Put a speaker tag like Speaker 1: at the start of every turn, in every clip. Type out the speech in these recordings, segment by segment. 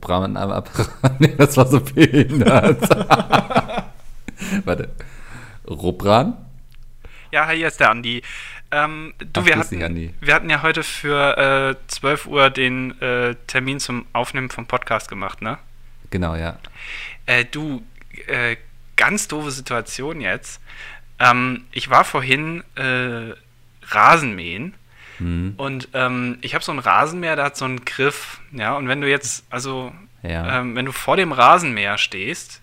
Speaker 1: Brahman am Apparat. Nee, das war so behindert. Warte. Robran?
Speaker 2: Ja, hi, hier ist der Andi. Ähm, du,
Speaker 1: Ach,
Speaker 2: wir,
Speaker 1: grüß dich,
Speaker 2: hatten,
Speaker 1: Andi.
Speaker 2: wir hatten ja heute für äh, 12 Uhr den äh, Termin zum Aufnehmen vom Podcast gemacht, ne?
Speaker 1: Genau, ja.
Speaker 2: Äh, du, äh, ganz doofe Situation jetzt. Ähm, ich war vorhin äh, Rasenmähen
Speaker 1: Mhm.
Speaker 2: und ähm, ich habe so einen Rasenmäher, der hat so einen Griff. Ja, und wenn du jetzt, also,
Speaker 1: Ja.
Speaker 2: ähm, wenn du vor dem Rasenmäher stehst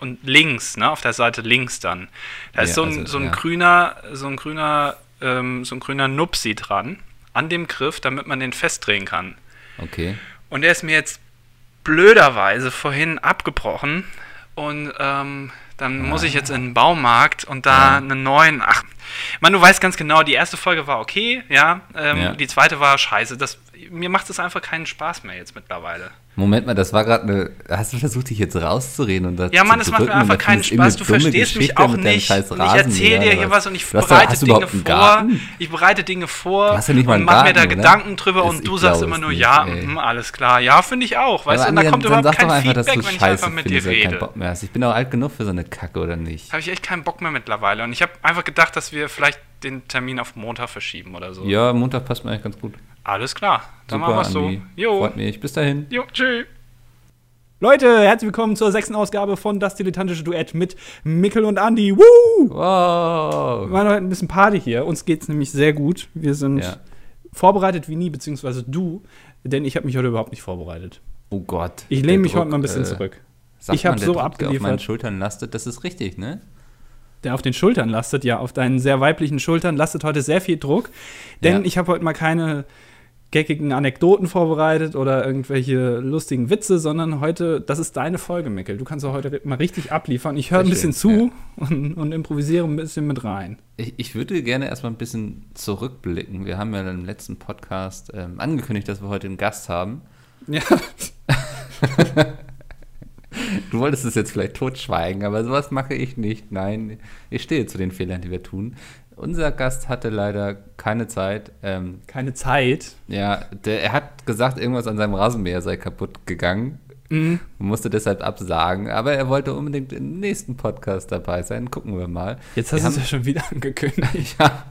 Speaker 2: und links, ne, auf der Seite links dann, da ist
Speaker 1: Ja,
Speaker 2: so ein,
Speaker 1: also,
Speaker 2: so ein
Speaker 1: ja.
Speaker 2: grüner, so ein grüner, ähm, so ein grüner Nupsi dran an dem Griff, damit man den festdrehen kann.
Speaker 1: Okay.
Speaker 2: Und der ist mir jetzt blöderweise vorhin abgebrochen. Und ähm, dann muss ich jetzt in den Baumarkt und da einen neuen. Ach, man, du weißt ganz genau, die erste Folge war okay, ja. Ähm,
Speaker 1: Ja.
Speaker 2: Die zweite war scheiße. Das, mir macht es einfach keinen Spaß mehr jetzt mittlerweile.
Speaker 1: Moment mal, das war gerade eine. Hast du versucht, dich jetzt rauszureden und das
Speaker 2: Ja, Mann,
Speaker 1: zu
Speaker 2: es macht mir
Speaker 1: drücken und
Speaker 2: einfach
Speaker 1: dann
Speaker 2: keinen
Speaker 1: findest
Speaker 2: Spaß.
Speaker 1: irgendeine
Speaker 2: Du
Speaker 1: dumme
Speaker 2: verstehst mich
Speaker 1: Geschichte
Speaker 2: auch
Speaker 1: mit deinem
Speaker 2: nicht.
Speaker 1: scheiß
Speaker 2: Und ich
Speaker 1: Rasenmäher
Speaker 2: erzähle dir
Speaker 1: oder
Speaker 2: hier was und ich
Speaker 1: Du hast doch-
Speaker 2: bereite
Speaker 1: hast du
Speaker 2: Dinge
Speaker 1: überhaupt einen
Speaker 2: vor.
Speaker 1: Garten?
Speaker 2: Ich bereite Dinge vor
Speaker 1: Du hast ja nicht mal
Speaker 2: und
Speaker 1: einen
Speaker 2: mach mir
Speaker 1: Garten,
Speaker 2: da
Speaker 1: oder?
Speaker 2: Gedanken drüber
Speaker 1: Das-
Speaker 2: und
Speaker 1: ich
Speaker 2: du sagst
Speaker 1: glaube
Speaker 2: immer
Speaker 1: es
Speaker 2: nur,
Speaker 1: nicht,
Speaker 2: ja,
Speaker 1: ey.
Speaker 2: mm, alles klar. Ja, finde ich auch. Weißt du,
Speaker 1: Aber
Speaker 2: und
Speaker 1: Andi,
Speaker 2: dann kommt
Speaker 1: dann
Speaker 2: überhaupt
Speaker 1: sag
Speaker 2: kein
Speaker 1: doch einfach, dass
Speaker 2: Feedback,
Speaker 1: du
Speaker 2: wenn ich
Speaker 1: scheiße
Speaker 2: einfach mit dir
Speaker 1: findest oder
Speaker 2: rede. Halt.
Speaker 1: keinen Bock mehr hast. Ich bin auch alt genug für so eine Kacke, oder nicht?
Speaker 2: habe ich echt keinen Bock mehr mittlerweile. Und ich habe einfach gedacht, dass wir vielleicht den Termin auf Montag verschieben oder so.
Speaker 1: Ja, Montag passt mir eigentlich ganz gut.
Speaker 2: Alles klar, dann
Speaker 1: Super,
Speaker 2: machen wir
Speaker 1: Andi.
Speaker 2: so. Jo,
Speaker 1: Freut mich. Bis dahin.
Speaker 2: jo, tschüss.
Speaker 3: Leute, herzlich willkommen zur sechsten Ausgabe von Das Dilettantische Duett mit Mikkel und Andy. Woo!
Speaker 1: Wow.
Speaker 3: Wir machen heute ein bisschen Party hier. Uns geht's nämlich sehr gut. Wir sind
Speaker 1: Ja.
Speaker 3: vorbereitet wie nie, beziehungsweise du, denn ich habe mich heute überhaupt nicht vorbereitet.
Speaker 1: Oh Gott.
Speaker 3: Ich
Speaker 1: Der
Speaker 3: lehne mich
Speaker 1: Druck,
Speaker 3: heute mal ein bisschen
Speaker 1: äh,
Speaker 3: zurück.
Speaker 1: sagt
Speaker 3: Ich hab
Speaker 1: man, der
Speaker 3: so
Speaker 1: Druck, Der auf meinen
Speaker 3: abgeliefert.
Speaker 1: Schultern lastet, das ist richtig, ne?
Speaker 3: Der auf den Schultern lastet, ja, auf deinen sehr weiblichen Schultern lastet heute sehr viel Druck, denn
Speaker 1: Ja.
Speaker 3: ich habe heute mal keine geckigen Anekdoten vorbereitet oder irgendwelche lustigen Witze, sondern heute, das ist deine Folge, Mikkel. Du kannst auch heute mal richtig abliefern. Ich höre
Speaker 1: Sehr
Speaker 3: ein bisschen
Speaker 1: schön,
Speaker 3: zu und, und improvisiere ein bisschen mit rein.
Speaker 1: Ich, ich würde gerne erstmal ein bisschen zurückblicken. Wir haben ja im letzten Podcast ähm, angekündigt, dass wir heute einen Gast haben.
Speaker 3: Ja.
Speaker 1: Du wolltest es jetzt vielleicht totschweigen, aber sowas mache ich nicht. Nein, ich stehe zu den Fehlern, die wir tun. Unser Gast hatte leider keine Zeit. Ähm,
Speaker 3: Keine Zeit.
Speaker 1: ja, der, er hat gesagt, irgendwas an seinem Rasenmäher sei kaputt gegangen.
Speaker 3: Mhm.
Speaker 1: Und musste deshalb absagen. Aber er wollte unbedingt im nächsten Podcast dabei sein. Gucken wir mal.
Speaker 3: Jetzt
Speaker 1: Wir
Speaker 3: hast du es
Speaker 1: haben-
Speaker 3: ja schon wieder angekündigt.
Speaker 1: Ja,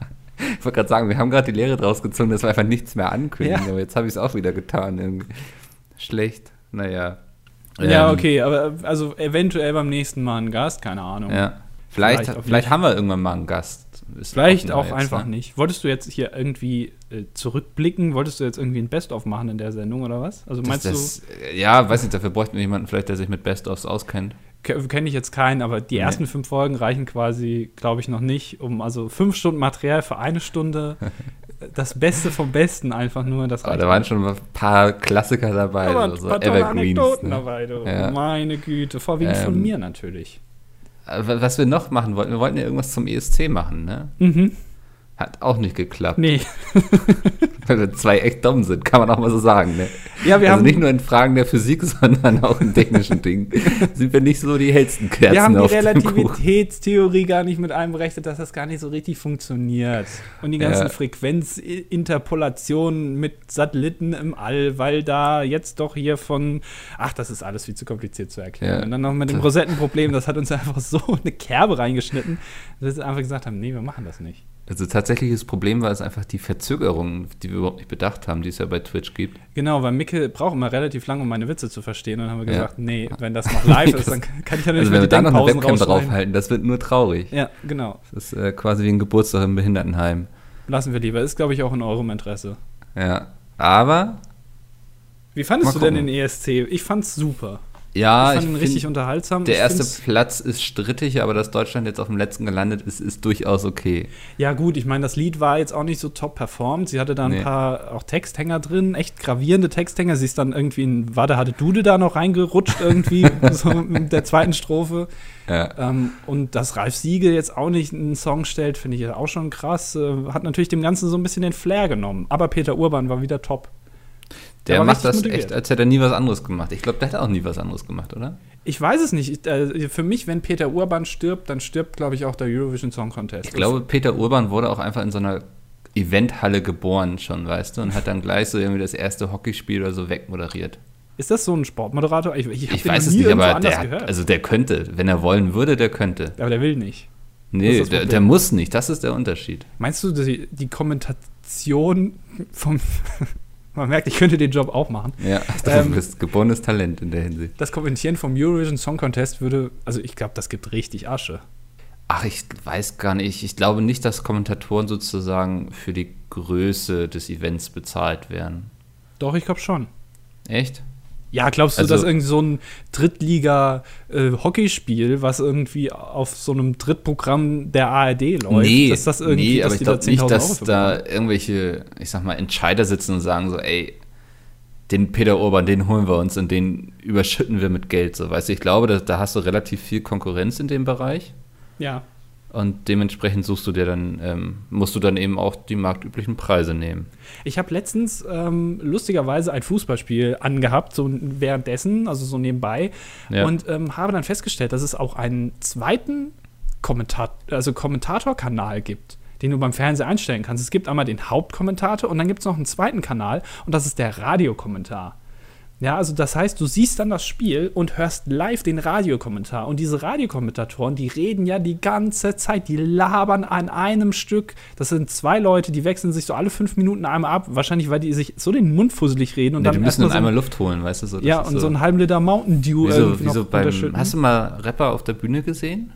Speaker 1: ich wollte gerade sagen, wir haben gerade die Lehre draus gezogen, dass wir einfach nichts mehr ankündigen,
Speaker 3: Ja.
Speaker 1: aber jetzt habe ich es auch wieder getan. Irgendwie. Schlecht, naja.
Speaker 3: Ja,
Speaker 1: Ähm,
Speaker 3: okay, aber also eventuell beim nächsten Mal ein Gast, keine Ahnung.
Speaker 1: Ja. Vielleicht,
Speaker 3: Vielleicht
Speaker 1: vielleicht,
Speaker 3: auch
Speaker 1: haben wir irgendwann mal einen Gast. Ist
Speaker 3: Vielleicht
Speaker 1: offener
Speaker 3: auch
Speaker 1: jetzt,
Speaker 3: einfach
Speaker 1: ne?
Speaker 3: nicht. Wolltest du jetzt hier irgendwie äh, zurückblicken? Wolltest du jetzt irgendwie ein Best-of machen in der Sendung oder was? Also meinst
Speaker 1: das, das, äh, Ja, weiß nicht, dafür bräuchten wir jemanden vielleicht, der sich mit Best-ofs auskennt.
Speaker 3: du, kenne ich jetzt keinen, aber die
Speaker 1: Nee.
Speaker 3: ersten fünf Folgen reichen quasi, glaube ich, noch nicht, um also fünf Stunden Material für eine Stunde, äh, das Beste vom Besten einfach nur. Das
Speaker 1: Aber Ah, da waren schon ein paar Klassiker dabei,
Speaker 3: aber
Speaker 1: so,
Speaker 3: ein
Speaker 1: so
Speaker 3: paar tolle
Speaker 1: Evergreens.
Speaker 3: Anekdoten
Speaker 1: Ne?
Speaker 3: dabei, du.
Speaker 1: Ja.
Speaker 3: Meine Güte, vorwiegend
Speaker 1: Ähm.
Speaker 3: von mir natürlich.
Speaker 1: Aber Äh, Was wir noch machen wollten, wir wollten ja irgendwas zum ESC machen, ne?
Speaker 3: Mhm.
Speaker 1: Hat auch nicht geklappt.
Speaker 3: Nee.
Speaker 1: Weil wir zwei echt dumm sind, kann man auch mal so sagen. Ne?
Speaker 3: Ja, wir
Speaker 1: also
Speaker 3: haben-
Speaker 1: nicht nur in Fragen der Physik, sondern auch in technischen Dingen sind wir nicht so die hellsten Kerzen
Speaker 3: Wir haben die
Speaker 1: auf dem Kuchen.
Speaker 3: Relativitätstheorie gar nicht mit einberechnet, dass das gar nicht so richtig funktioniert. Und die ganzen
Speaker 1: Ja.
Speaker 3: Frequenzinterpolationen mit Satelliten im All, weil da jetzt doch hier von, ach, das ist alles viel zu kompliziert zu erklären.
Speaker 1: Ja.
Speaker 3: Und dann noch mit dem Rosettenproblem, das hat uns einfach so eine Kerbe reingeschnitten, dass wir einfach gesagt haben, nee, wir machen das nicht.
Speaker 1: Also tatsächliches Problem war es einfach die Verzögerung, die wir überhaupt nicht bedacht haben, die es ja bei Twitch gibt.
Speaker 3: Genau, weil Mickel braucht immer relativ lange, um meine Witze zu verstehen. Und dann haben wir
Speaker 1: Ja.
Speaker 3: gesagt, nee, wenn das noch live ist, dann kann ich ja nicht
Speaker 1: Also wenn
Speaker 3: mehr
Speaker 1: wir
Speaker 3: die
Speaker 1: da noch eine
Speaker 3: Denkpausen
Speaker 1: Webcam
Speaker 3: rausschneiden.
Speaker 1: draufhalten, das wird nur traurig.
Speaker 3: Ja, genau.
Speaker 1: Das ist äh, quasi wie ein Geburtstag im Behindertenheim.
Speaker 3: Lassen wir lieber. Ist, glaube ich, auch in eurem Interesse.
Speaker 1: Ja. Aber,
Speaker 3: Wie fandest
Speaker 1: Mal
Speaker 3: du denn
Speaker 1: gucken.
Speaker 3: den ESC? Ich fand's super.
Speaker 1: ja,
Speaker 3: ich fand ihn
Speaker 1: find,
Speaker 3: richtig unterhaltsam.
Speaker 1: der
Speaker 3: ich
Speaker 1: erste
Speaker 3: find's-
Speaker 1: Platz ist strittig, aber dass Deutschland jetzt auf dem letzten gelandet ist, ist durchaus okay.
Speaker 3: Ja, gut, ich meine, das Lied war jetzt auch nicht so top performt. Sie hatte da ein
Speaker 1: Nee.
Speaker 3: paar auch Texthänger drin, echt gravierende Texthänger. Sie ist dann irgendwie in Wadehade Dude da noch reingerutscht, irgendwie, so mit der zweiten Strophe.
Speaker 1: Ja.
Speaker 3: Ähm, und dass Ralf Siegel jetzt auch nicht einen Song stellt, finde ich ja auch schon krass. Äh, hat natürlich dem Ganzen so ein bisschen den Flair genommen. Aber Peter Urban war wieder top.
Speaker 1: Der,
Speaker 3: Der war
Speaker 1: macht
Speaker 3: richtig
Speaker 1: das
Speaker 3: motiviert.
Speaker 1: echt, als hätte er nie was anderes gemacht. Ich glaube, der hat auch nie was anderes gemacht, oder?
Speaker 3: Ich weiß es nicht. Ich, äh, für mich, wenn Peter Urban stirbt, dann stirbt, glaube ich, auch der Eurovision Song Contest.
Speaker 1: Ich glaube, Peter Urban wurde auch einfach in so einer Eventhalle geboren schon, weißt du, und hat dann gleich so irgendwie das erste Hockeyspiel oder so wegmoderiert.
Speaker 3: Ist das so ein Sportmoderator? Ich, ich, hab
Speaker 1: Ich
Speaker 3: den
Speaker 1: weiß
Speaker 3: noch
Speaker 1: es
Speaker 3: nie
Speaker 1: nicht,
Speaker 3: irgendwo
Speaker 1: aber
Speaker 3: anders
Speaker 1: der hat,
Speaker 3: gehört.
Speaker 1: also der könnte, wenn er wollen würde, der könnte.
Speaker 3: aber der will nicht. Das ist
Speaker 1: Nee,
Speaker 3: das
Speaker 1: der,
Speaker 3: Problem.
Speaker 1: der muss nicht, das ist der Unterschied.
Speaker 3: Meinst du, dass die, die Kommentation vom. Man merkt, ich könnte den Job auch machen.
Speaker 1: Ja, du
Speaker 3: Ähm.
Speaker 1: bist geborenes Talent in der Hinsicht.
Speaker 3: Das Kommentieren vom Eurovision Song Contest würde. Also, ich glaube, das gibt richtig Asche.
Speaker 1: Ach, ich weiß gar nicht. Ich glaube nicht, dass Kommentatoren sozusagen für die Größe des Events bezahlt werden.
Speaker 3: Doch, ich glaube schon.
Speaker 1: Echt?
Speaker 3: Ja, glaubst du,
Speaker 1: Also-
Speaker 3: dass irgendwie so ein Drittliga-Hockeyspiel, was irgendwie auf so einem Drittprogramm der ARD läuft, dass das irgendwie,
Speaker 1: nee,
Speaker 3: dass
Speaker 1: aber ich
Speaker 3: die
Speaker 1: glaube
Speaker 3: da 10.000
Speaker 1: nicht,
Speaker 3: Euro
Speaker 1: dass
Speaker 3: für
Speaker 1: da
Speaker 3: bekommen?
Speaker 1: irgendwelche, ich sag mal, Entscheider sitzen und sagen so, ey, den Peter Urban, den holen wir uns und den überschütten wir mit Geld. So, weißt du, ich glaube, da, da hast du relativ viel Konkurrenz in dem Bereich
Speaker 3: Ja,
Speaker 1: und dementsprechend suchst du dir dann, ähm, musst du dann eben auch die marktüblichen Preise nehmen.
Speaker 3: ich habe letztens ähm, lustigerweise ein Fußballspiel angehabt, so währenddessen, also so nebenbei,
Speaker 1: Ja.
Speaker 3: und ähm, habe dann festgestellt, dass es auch einen zweiten Kommentat also Kommentatorkanal gibt, den du beim Fernseher einstellen kannst. Es gibt einmal den Hauptkommentator und dann gibt es noch einen zweiten Kanal und das ist der Radiokommentar. Ja, also das heißt, du siehst dann das Spiel und hörst live den Radiokommentar. Und diese Radiokommentatoren, die reden ja die ganze Zeit, die labern an einem Stück. Das sind zwei Leute, die wechseln sich so alle fünf Minuten einmal ab. Wahrscheinlich, weil die sich so den Mund fusselig reden und
Speaker 1: Nee,
Speaker 3: dann
Speaker 1: die müssen dann
Speaker 3: erstmal
Speaker 1: einmal Luft holen, weißt du? So,
Speaker 3: so, ja,
Speaker 1: das ist
Speaker 3: und so, einen halben Liter Mountain Dew
Speaker 1: Wieso,
Speaker 3: irgendwie
Speaker 1: wieso
Speaker 3: noch
Speaker 1: beim,
Speaker 3: unterschütten.
Speaker 1: hast du mal Rapper auf der Bühne gesehen?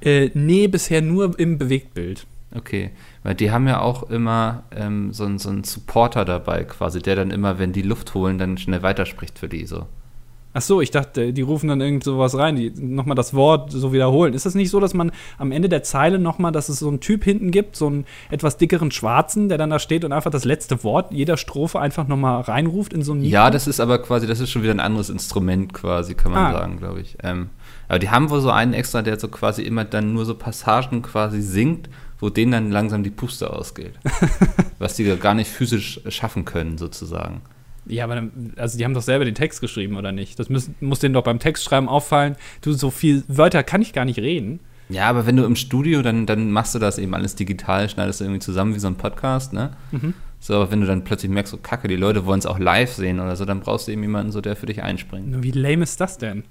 Speaker 3: äh, nee, bisher nur im Bewegtbild.
Speaker 1: Okay, weil die haben ja auch immer ähm, so, einen- so einen Supporter dabei quasi, der dann immer, wenn die Luft holen, dann schnell weiterspricht für die so.
Speaker 3: Ach so, ich dachte, die rufen dann irgend sowas rein, die nochmal das Wort so wiederholen. Ist das nicht so, dass man am Ende der Zeile nochmal, dass es so einen Typ hinten gibt, so einen etwas dickeren Schwarzen, der dann da steht und einfach das letzte Wort jeder Strophe einfach nochmal reinruft in so einen
Speaker 1: Ja, das ist aber quasi, das ist schon wieder ein anderes Instrument quasi, kann man
Speaker 3: Ah.
Speaker 1: sagen, glaube ich. Ähm, aber die haben wohl so einen extra, der so quasi immer dann nur so Passagen quasi singt, wo denen dann langsam die Puste ausgeht. was die gar nicht physisch schaffen können sozusagen.
Speaker 3: Ja, aber dann, also die haben doch selber den Text geschrieben, oder nicht? Das müssen, muss denen doch beim Textschreiben auffallen. Du, so viel Wörter kann ich gar nicht reden.
Speaker 1: Ja, aber wenn du im Studio, dann, dann machst du das eben alles digital, schneidest du irgendwie zusammen wie so ein Podcast, ne? So, aber wenn du dann plötzlich merkst, so kacke, die Leute wollen es auch live sehen oder so, dann brauchst du eben jemanden so, der für dich einspringt.
Speaker 3: Nur Wie lame ist das denn?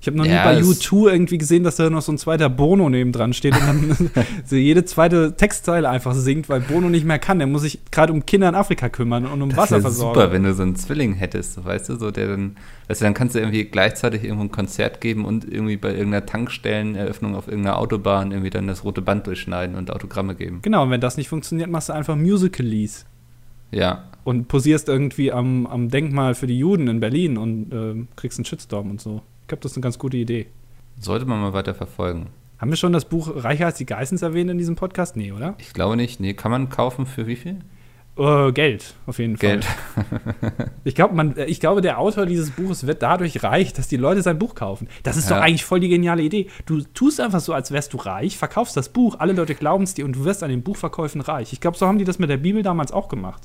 Speaker 3: Ich habe noch
Speaker 1: Ja,
Speaker 3: nie bei
Speaker 1: es-
Speaker 3: U2 irgendwie gesehen, dass da noch so ein zweiter Bono nebendran steht und dann so jede zweite Textzeile einfach singt, weil Bono nicht mehr kann. Der muss sich gerade um Kinder in Afrika kümmern und um
Speaker 1: Das wär
Speaker 3: Wasserversorgung.
Speaker 1: super, wenn du so einen Zwilling hättest, so, weißt du, so der dann, weißt du, dann kannst du irgendwie gleichzeitig irgendwo ein Konzert geben und irgendwie bei irgendeiner Tankstelleneröffnung auf irgendeiner Autobahn irgendwie dann das rote Band durchschneiden und Autogramme geben.
Speaker 3: Genau, und wenn das nicht funktioniert, machst du einfach Musical-Lies
Speaker 1: Ja,
Speaker 3: und posierst irgendwie am, am Denkmal für die Juden in Berlin und ähm, kriegst einen Shitstorm und so. Ich glaube, das ist eine ganz gute Idee.
Speaker 1: sollte man mal weiter verfolgen.
Speaker 3: Haben wir schon das Buch Reicher als die Geissens erwähnt in diesem Podcast? Nee, oder?
Speaker 1: Ich glaube nicht, nee, kann man kaufen für wie viel?
Speaker 3: Äh, Geld, auf jeden Fall.
Speaker 1: Geld.
Speaker 3: Ich, glaub, man, äh, ich glaube, der Autor dieses Buches wird dadurch reich, dass die Leute sein Buch kaufen. Das ist
Speaker 1: Ja.
Speaker 3: doch eigentlich voll die geniale Idee. Du tust einfach so, als wärst du reich, verkaufst das Buch, alle Leute glauben es dir und du wirst an den Buchverkäufen reich. Ich glaube, so haben die das mit der Bibel damals auch gemacht.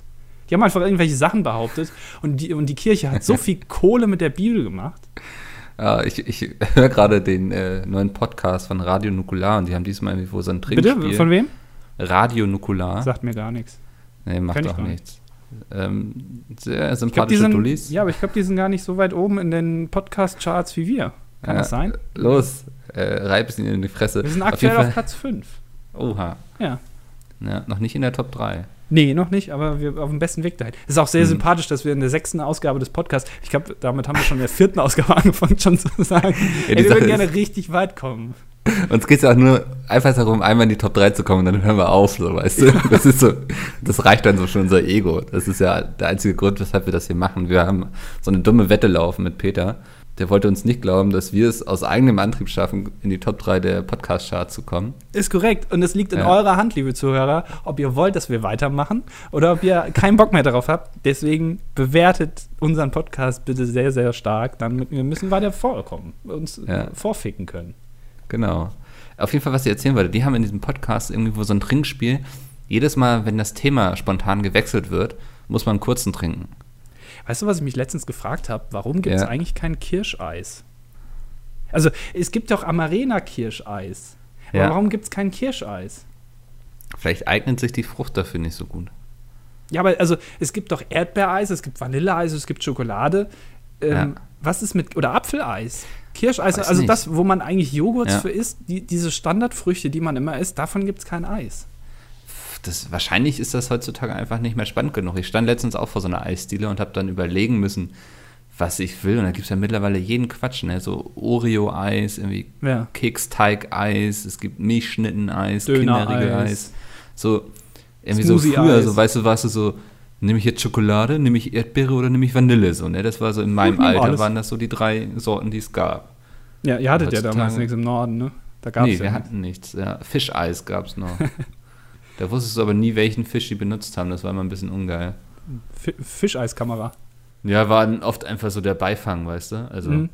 Speaker 3: Die haben einfach irgendwelche Sachen behauptet und die, und die Kirche hat so viel Kohle mit der Bibel gemacht.
Speaker 1: Ah, ich ich höre gerade den äh, neuen Podcast von Radio Nukular und die haben diesmal irgendwie wo so ein Trinkspiel. Ah.
Speaker 3: Bitte? Von wem?
Speaker 1: Radio Nukular.
Speaker 3: Sagt mir gar nichts.
Speaker 1: nee, macht
Speaker 3: kenn ich
Speaker 1: auch
Speaker 3: gar nicht.
Speaker 1: nichts. Ähm, sehr
Speaker 3: Ich glaube, die
Speaker 1: sympathische Dullis.
Speaker 3: sind, ja, aber ich glaube, die sind gar nicht so weit oben in den Podcast-Charts wie wir. Kann
Speaker 1: Ja.
Speaker 3: das sein?
Speaker 1: Los, äh, reib es ihnen in die Fresse.
Speaker 3: Wir sind
Speaker 1: Auf jeden
Speaker 3: aktuell auf,
Speaker 1: Fall-
Speaker 3: Platz 5.
Speaker 1: Oha.
Speaker 3: Ja.
Speaker 1: Ja, noch nicht in der Top 3.
Speaker 3: Nee, noch nicht, aber wir auf dem besten Weg dahin. Es ist auch sehr
Speaker 1: Mhm.
Speaker 3: sympathisch, dass wir in der sechsten Ausgabe des Podcasts, ich glaube, damit haben wir schon in der vierten Ausgabe angefangen, schon zu sagen,
Speaker 1: die
Speaker 3: ey, wir
Speaker 1: Sache
Speaker 3: würden gerne richtig weit kommen.
Speaker 1: Uns geht es ja auch nur einfach darum, einmal in die Top 3 zu kommen und dann hören wir auf, so, weißt du? Das ist so, das reicht dann so schon unser Ego. Das ist ja der einzige Grund, weshalb wir das hier machen. Wir haben so eine dumme Wette laufen mit Peter. Der wollte uns nicht glauben, dass wir es aus eigenem Antrieb schaffen, in die Top 3 der Podcast-Charts zu kommen.
Speaker 3: Ist korrekt. Und es liegt in
Speaker 1: Ja.
Speaker 3: eurer Hand, liebe Zuhörer, ob ihr wollt, dass wir weitermachen oder ob ihr keinen Bock mehr darauf habt. Deswegen bewertet unseren Podcast bitte sehr, sehr stark. Damit wir müssen weiter vorkommen, uns
Speaker 1: Ja.
Speaker 3: vorficken können.
Speaker 1: Genau. Auf jeden Fall, was ich erzählen wollte, die haben in diesem Podcast irgendwo so ein Trinkspiel. Jedes Mal, wenn das Thema spontan gewechselt wird, muss man einen kurzen trinken.
Speaker 3: Weißt du, was ich mich letztens gefragt habe? Warum gibt es
Speaker 1: Ja.
Speaker 3: eigentlich kein Kirscheis? Also, es gibt doch Amarena-Kirscheis. Aber
Speaker 1: Ja.
Speaker 3: warum gibt es kein Kirscheis?
Speaker 1: Vielleicht eignet sich die Frucht dafür nicht so gut.
Speaker 3: Ja, aber also, es gibt doch Erdbeereis, es gibt Vanilleeis, es gibt Schokolade. Ähm,
Speaker 1: Ja.
Speaker 3: Was ist mit, oder Apfeleis? Kirscheis,
Speaker 1: Weiß
Speaker 3: also
Speaker 1: nicht.
Speaker 3: das, wo man eigentlich Joghurts
Speaker 1: Ja.
Speaker 3: für isst, die, diese Standardfrüchte, die man immer isst, davon gibt es kein Eis.
Speaker 1: das, wahrscheinlich ist das heutzutage einfach nicht mehr spannend genug. Ich stand letztens auch vor so einer Eisdiele und habe dann überlegen müssen, was ich will. Und da gibt es ja mittlerweile jeden Quatsch, ne? So Oreo-Eis, irgendwie
Speaker 3: Ja.
Speaker 1: Keksteig-Eis, es gibt Milchschnitten-Eis,
Speaker 3: Döner-Eis.
Speaker 1: Kinderriegel-Eis. So, irgendwie so
Speaker 3: Smoothie-Eis.
Speaker 1: früher, so weißt du, warst du so, nehme ich jetzt Schokolade, nehme ich Erdbeere oder nehme ich Vanille? So, ne? Das war so in meinem
Speaker 3: nimm
Speaker 1: Alter,
Speaker 3: genau, alles.
Speaker 1: waren das so die drei Sorten, die es gab.
Speaker 3: Ja, ihr hattet ja
Speaker 1: Heutzutage-
Speaker 3: damals nichts im Norden, ne? Da gab es
Speaker 1: nee, wir
Speaker 3: ja nichts.
Speaker 1: hatten nichts. Ja, Fischeis gab es noch. da wusstest du aber nie, welchen Fisch die benutzt haben. Das war immer ein bisschen ungeil.
Speaker 3: Fi- Fischeiskamera.
Speaker 1: Ja, war dann oft einfach so der Beifang, weißt du? Also,
Speaker 3: Mhm.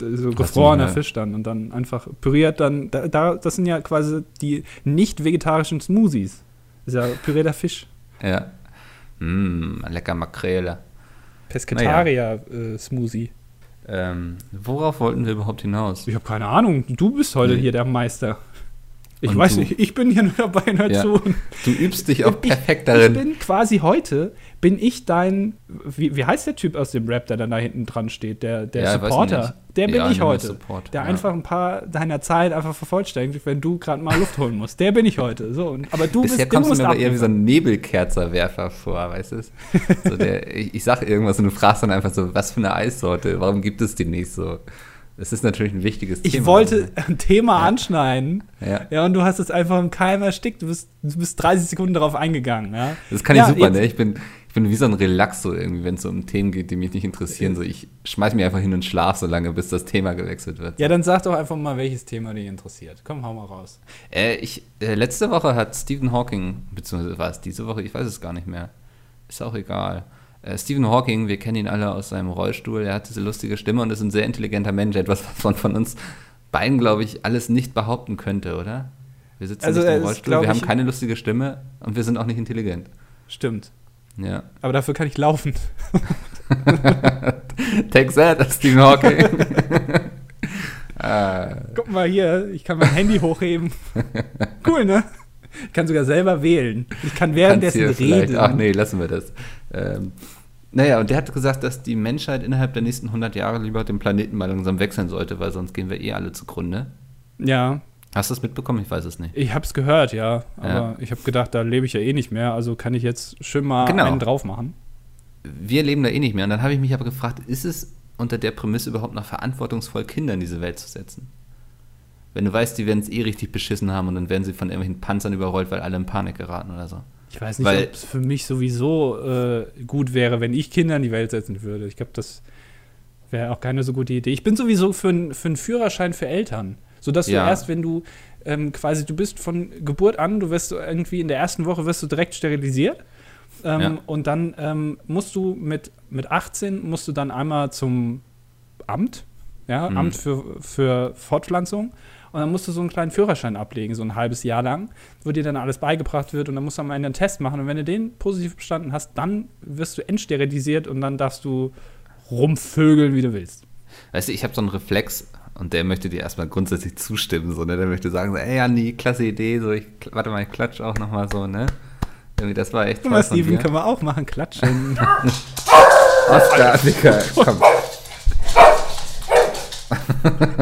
Speaker 3: So
Speaker 1: du
Speaker 3: gefrorener
Speaker 1: mal-
Speaker 3: Fisch dann und dann einfach püriert dann, da, da, das sind ja quasi die nicht vegetarischen Smoothies. Das ist ja pürierter Fisch.
Speaker 1: ja. Mm, lecker Makrele.
Speaker 3: äh, Pescataria-Smoothie.
Speaker 1: Ähm, worauf wollten wir überhaupt hinaus?
Speaker 3: Ich habe keine Ahnung. Du bist heute
Speaker 1: Nee.
Speaker 3: hier der Meister. Ich
Speaker 1: Und
Speaker 3: weiß
Speaker 1: du?
Speaker 3: nicht, ich bin hier nur dabei, hör
Speaker 1: Ja.
Speaker 3: zu.
Speaker 1: Du übst dich auch
Speaker 3: Ich-
Speaker 1: perfekt
Speaker 3: Ich
Speaker 1: darin.
Speaker 3: bin quasi heute, bin ich dein, wie, wie heißt der Typ aus dem Rap, der dann da hinten dran steht, der, der
Speaker 1: Ja, weiß
Speaker 3: Supporter?
Speaker 1: nicht.
Speaker 3: Der bin
Speaker 1: Ja, nimm
Speaker 3: ich
Speaker 1: das
Speaker 3: heute.
Speaker 1: Support,
Speaker 3: der
Speaker 1: ja.
Speaker 3: einfach ein paar deiner Zeilen einfach vervollständigt, wenn du gerade mal Luft holen musst. Der bin ich heute. So, und, aber du
Speaker 1: Bisher
Speaker 3: bist, du
Speaker 1: kommst du
Speaker 3: musst
Speaker 1: mir aber eher wie so
Speaker 3: abliefern.
Speaker 1: ein Nebelkerzerwerfer vor, weißt du? So der, ich, ich sag irgendwas und du fragst dann einfach so, was für eine Eissorte, warum gibt es die nicht so? Das ist natürlich ein wichtiges
Speaker 3: ich
Speaker 1: Thema. ne?
Speaker 3: wollte ein Thema anschneiden,
Speaker 1: Ja.
Speaker 3: ja, und du hast es einfach im Keim erstickt. Du bist, du bist 30 Sekunden darauf eingegangen, ja.
Speaker 1: Das kann
Speaker 3: ja,
Speaker 1: ich super,
Speaker 3: jetzt-
Speaker 1: ne? Ich bin, ich bin wie so ein Relaxo irgendwie, wenn es so um Themen geht, die mich nicht interessieren. So, ich schmeiß mich einfach hin und schlaf so lange, bis das Thema gewechselt wird.
Speaker 3: Ja, dann sag doch einfach mal, welches Thema dich interessiert. Komm, hau mal raus.
Speaker 1: Äh, ich, äh, letzte Woche hat Stephen Hawking, beziehungsweise war es diese Woche, ich weiß es gar nicht mehr. Ist auch egal. Äh, Stephen Hawking, wir kennen ihn alle aus seinem Rollstuhl, er hat diese lustige Stimme und ist ein sehr intelligenter Mensch, etwas, was man von uns beiden, glaube ich, alles nicht behaupten könnte, oder? Wir sitzen
Speaker 3: Also
Speaker 1: nicht
Speaker 3: er
Speaker 1: im
Speaker 3: ist,
Speaker 1: Rollstuhl,
Speaker 3: glaub
Speaker 1: wir haben
Speaker 3: ich-
Speaker 1: keine lustige Stimme und wir sind auch nicht intelligent.
Speaker 3: Stimmt.
Speaker 1: Ja.
Speaker 3: Aber dafür kann ich laufen.
Speaker 1: Take that, Stephen Hawking. ah,
Speaker 3: Guck mal hier, ich kann mein Handy hochheben. Cool, ne? Ich kann sogar selber wählen. Ich kann währenddessen
Speaker 1: kannst hier vielleicht-
Speaker 3: reden.
Speaker 1: Ach nee, lassen wir das. Ähm, naja, und der hat gesagt, dass die Menschheit innerhalb der nächsten 100 Jahre lieber den Planeten mal langsam wechseln sollte, weil sonst gehen wir eh alle zugrunde.
Speaker 3: Ja,
Speaker 1: Hast du das mitbekommen? Ich weiß es nicht.
Speaker 3: ich hab's gehört, ja. Aber
Speaker 1: Ja.
Speaker 3: ich hab gedacht, da lebe ich ja eh nicht mehr, also kann ich jetzt schön mal
Speaker 1: Genau.
Speaker 3: einen drauf machen.
Speaker 1: Wir leben da eh nicht mehr. Und dann habe ich mich aber gefragt, ist es unter der Prämisse überhaupt noch verantwortungsvoll, Kinder in diese Welt zu setzen? Wenn du weißt, die werden es eh richtig beschissen haben und dann werden sie von irgendwelchen Panzern überrollt, weil alle in Panik geraten oder so.
Speaker 3: Ich weiß nicht,
Speaker 1: Weil-
Speaker 3: ob es für mich sowieso äh, gut wäre, wenn ich Kinder in die Welt setzen würde. Ich glaube, das wäre auch keine so gute Idee. Ich bin sowieso für, n- für einen Führerschein für Eltern. Sodass
Speaker 1: Ja.
Speaker 3: du erst, wenn du ähm, quasi, du bist von Geburt an, du wirst so irgendwie in der ersten Woche wirst du direkt sterilisiert. Ähm,
Speaker 1: Ja.
Speaker 3: Und dann ähm, musst du mit, mit 18 musst du dann einmal zum Amt, ja,
Speaker 1: Mhm.
Speaker 3: Amt für, für Fortpflanzung. Und dann musst du so einen kleinen Führerschein ablegen, so ein halbes Jahr lang, wo dir dann alles beigebracht wird und dann musst du am Ende einen Test machen. Und wenn du den positiv bestanden hast, dann wirst du entsterilisiert und dann darfst du rumvögeln, wie du willst.
Speaker 1: Weißt du, ich habe so einen Reflex und der möchte dir erstmal grundsätzlich zustimmen, so, ne? Der möchte sagen, so, ey, Andi, klasse Idee, so, ich, kl- warte mal, ich klatsch auch nochmal so, ne? Irgendwie, das war echt
Speaker 3: Guck mal,
Speaker 1: toll von
Speaker 3: Steven,
Speaker 1: dir.
Speaker 3: können wir auch machen, klatschen.
Speaker 1: Oscar, Digga, komm.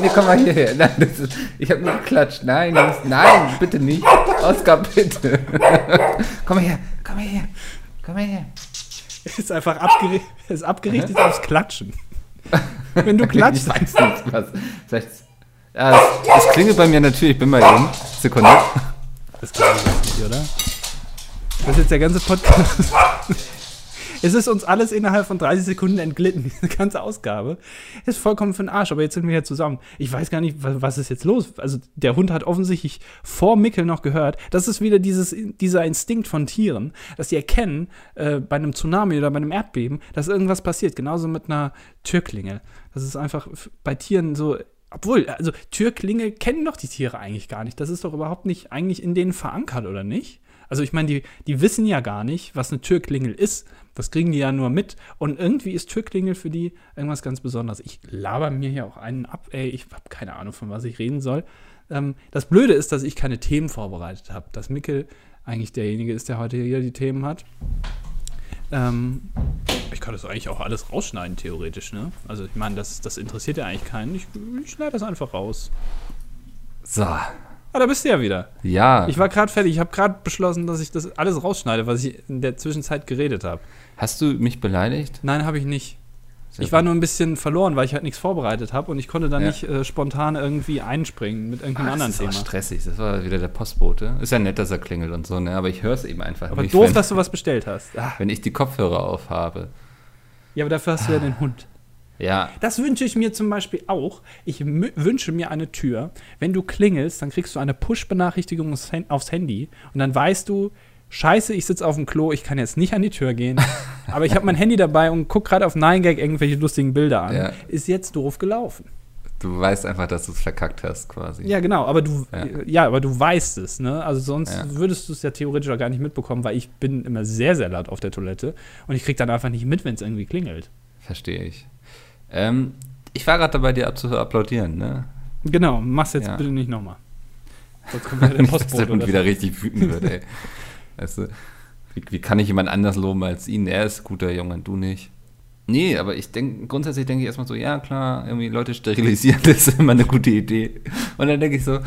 Speaker 1: nee, komm mal hierher. Nein, das ist, ich habe nur geklatscht. Nein, du musst, nein, bitte nicht. Oscar, bitte. komm mal her, komm mal her, komm mal her.
Speaker 3: ist einfach abgeri ist abgerichtet aufs Klatschen. Wenn du klatschst,
Speaker 1: Ich weiß nicht, was. Vielleicht. Ja, das, das klingelt bei mir natürlich, ich bin mal eben. Sekunde.
Speaker 3: Das glaube ich jetzt nicht, oder? Das ist jetzt der ganze Podcast. Es ist uns alles innerhalb von 30 Sekunden entglitten, diese ganze Ausgabe. Ist vollkommen für den Arsch, aber jetzt sind wir hier zusammen. Ich weiß gar nicht, was, was ist jetzt los? Also, der Hund hat offensichtlich vor Mickel noch gehört. Das ist wieder dieses, dieser Instinkt von Tieren, dass sie erkennen, äh, bei einem Tsunami oder bei einem Erdbeben, dass irgendwas passiert. Genauso mit einer Türklingel. Das ist einfach f- bei Tieren so obwohl, also Türklingel kennen doch die Tiere eigentlich gar nicht. Das ist doch überhaupt nicht eigentlich in denen verankert, oder nicht? Also ich meine, die, die wissen ja gar nicht, was eine Türklingel ist. Das kriegen die ja nur mit. Und irgendwie ist Türklingel für die irgendwas ganz Besonderes. Ich laber mir hier auch einen ab. Ey, ich habe keine Ahnung, von was ich reden soll. Ähm, das Blöde ist, dass ich keine Themen vorbereitet habe. Dass Mickel eigentlich derjenige ist, der heute hier die Themen hat. Ähm, Ich kann das eigentlich auch alles rausschneiden, theoretisch, ne? Also ich meine, das, das interessiert ja eigentlich keinen. Ich, ich schneide das einfach raus.
Speaker 1: So,
Speaker 3: Ah, da bist du ja wieder.
Speaker 1: ja.
Speaker 3: Ich war gerade fertig. Ich habe gerade beschlossen, dass ich das alles rausschneide, was ich in der Zwischenzeit geredet habe.
Speaker 1: Hast du mich beleidigt?
Speaker 3: Nein, habe ich nicht.
Speaker 1: Sehr
Speaker 3: ich war
Speaker 1: gut.
Speaker 3: nur ein bisschen verloren, weil ich halt nichts vorbereitet habe und ich konnte dann
Speaker 1: Ja.
Speaker 3: nicht äh, spontan irgendwie einspringen mit irgendeinem
Speaker 1: Ach,
Speaker 3: anderen
Speaker 1: das ist
Speaker 3: Thema.
Speaker 1: auch stressig. Das war wieder der Postbote. Ist ja nett, dass er klingelt und so, ne? Aber ich höre es eben einfach
Speaker 3: Aber
Speaker 1: nicht.
Speaker 3: doof,
Speaker 1: wenn,
Speaker 3: dass du was bestellt hast. Ah,
Speaker 1: wenn ich die Kopfhörer aufhabe.
Speaker 3: Ja, aber dafür hast du ja
Speaker 1: Ah.
Speaker 3: den Hund.
Speaker 1: Ja,
Speaker 3: Das wünsche ich mir zum Beispiel auch. Ich mü- wünsche mir eine Tür. Wenn du klingelst, dann kriegst du eine Push-Benachrichtigung aufs Hand- aufs Handy und dann weißt du, Scheiße, ich sitze auf dem Klo, ich kann jetzt nicht an die Tür gehen, aber ich habe mein Handy dabei und guck gerade auf 9gag irgendwelche lustigen Bilder an.
Speaker 1: Ja.
Speaker 3: Ist jetzt doof gelaufen.
Speaker 1: du weißt einfach, dass du es verkackt hast, quasi.
Speaker 3: Ja, genau, aber du ja.
Speaker 1: Ja.
Speaker 3: aber du weißt es, ne? Also sonst
Speaker 1: Ja.
Speaker 3: würdest du es ja theoretisch auch gar nicht mitbekommen, weil ich bin immer sehr sehr laut auf der Toilette und ich krieg dann einfach nicht mit, wenn es irgendwie klingelt.
Speaker 1: Verstehe ich. Ähm, ich war gerade dabei, dir ab- zu applaudieren, ne?
Speaker 3: Genau, mach's jetzt
Speaker 1: Ja.
Speaker 3: bitte nicht nochmal. Sonst kommt wieder der
Speaker 1: Nicht, dass der
Speaker 3: Postbote
Speaker 1: Hund
Speaker 3: oder so.
Speaker 1: wieder richtig wütend wird, ey. Weißt du, wie, wie kann ich jemand anders loben als ihn? Er ist ein guter Junge, du nicht. Nee, aber ich denke, grundsätzlich denke ich erstmal so, ja klar, irgendwie Leute sterilisieren, das ist immer eine gute Idee. Und dann denke ich so,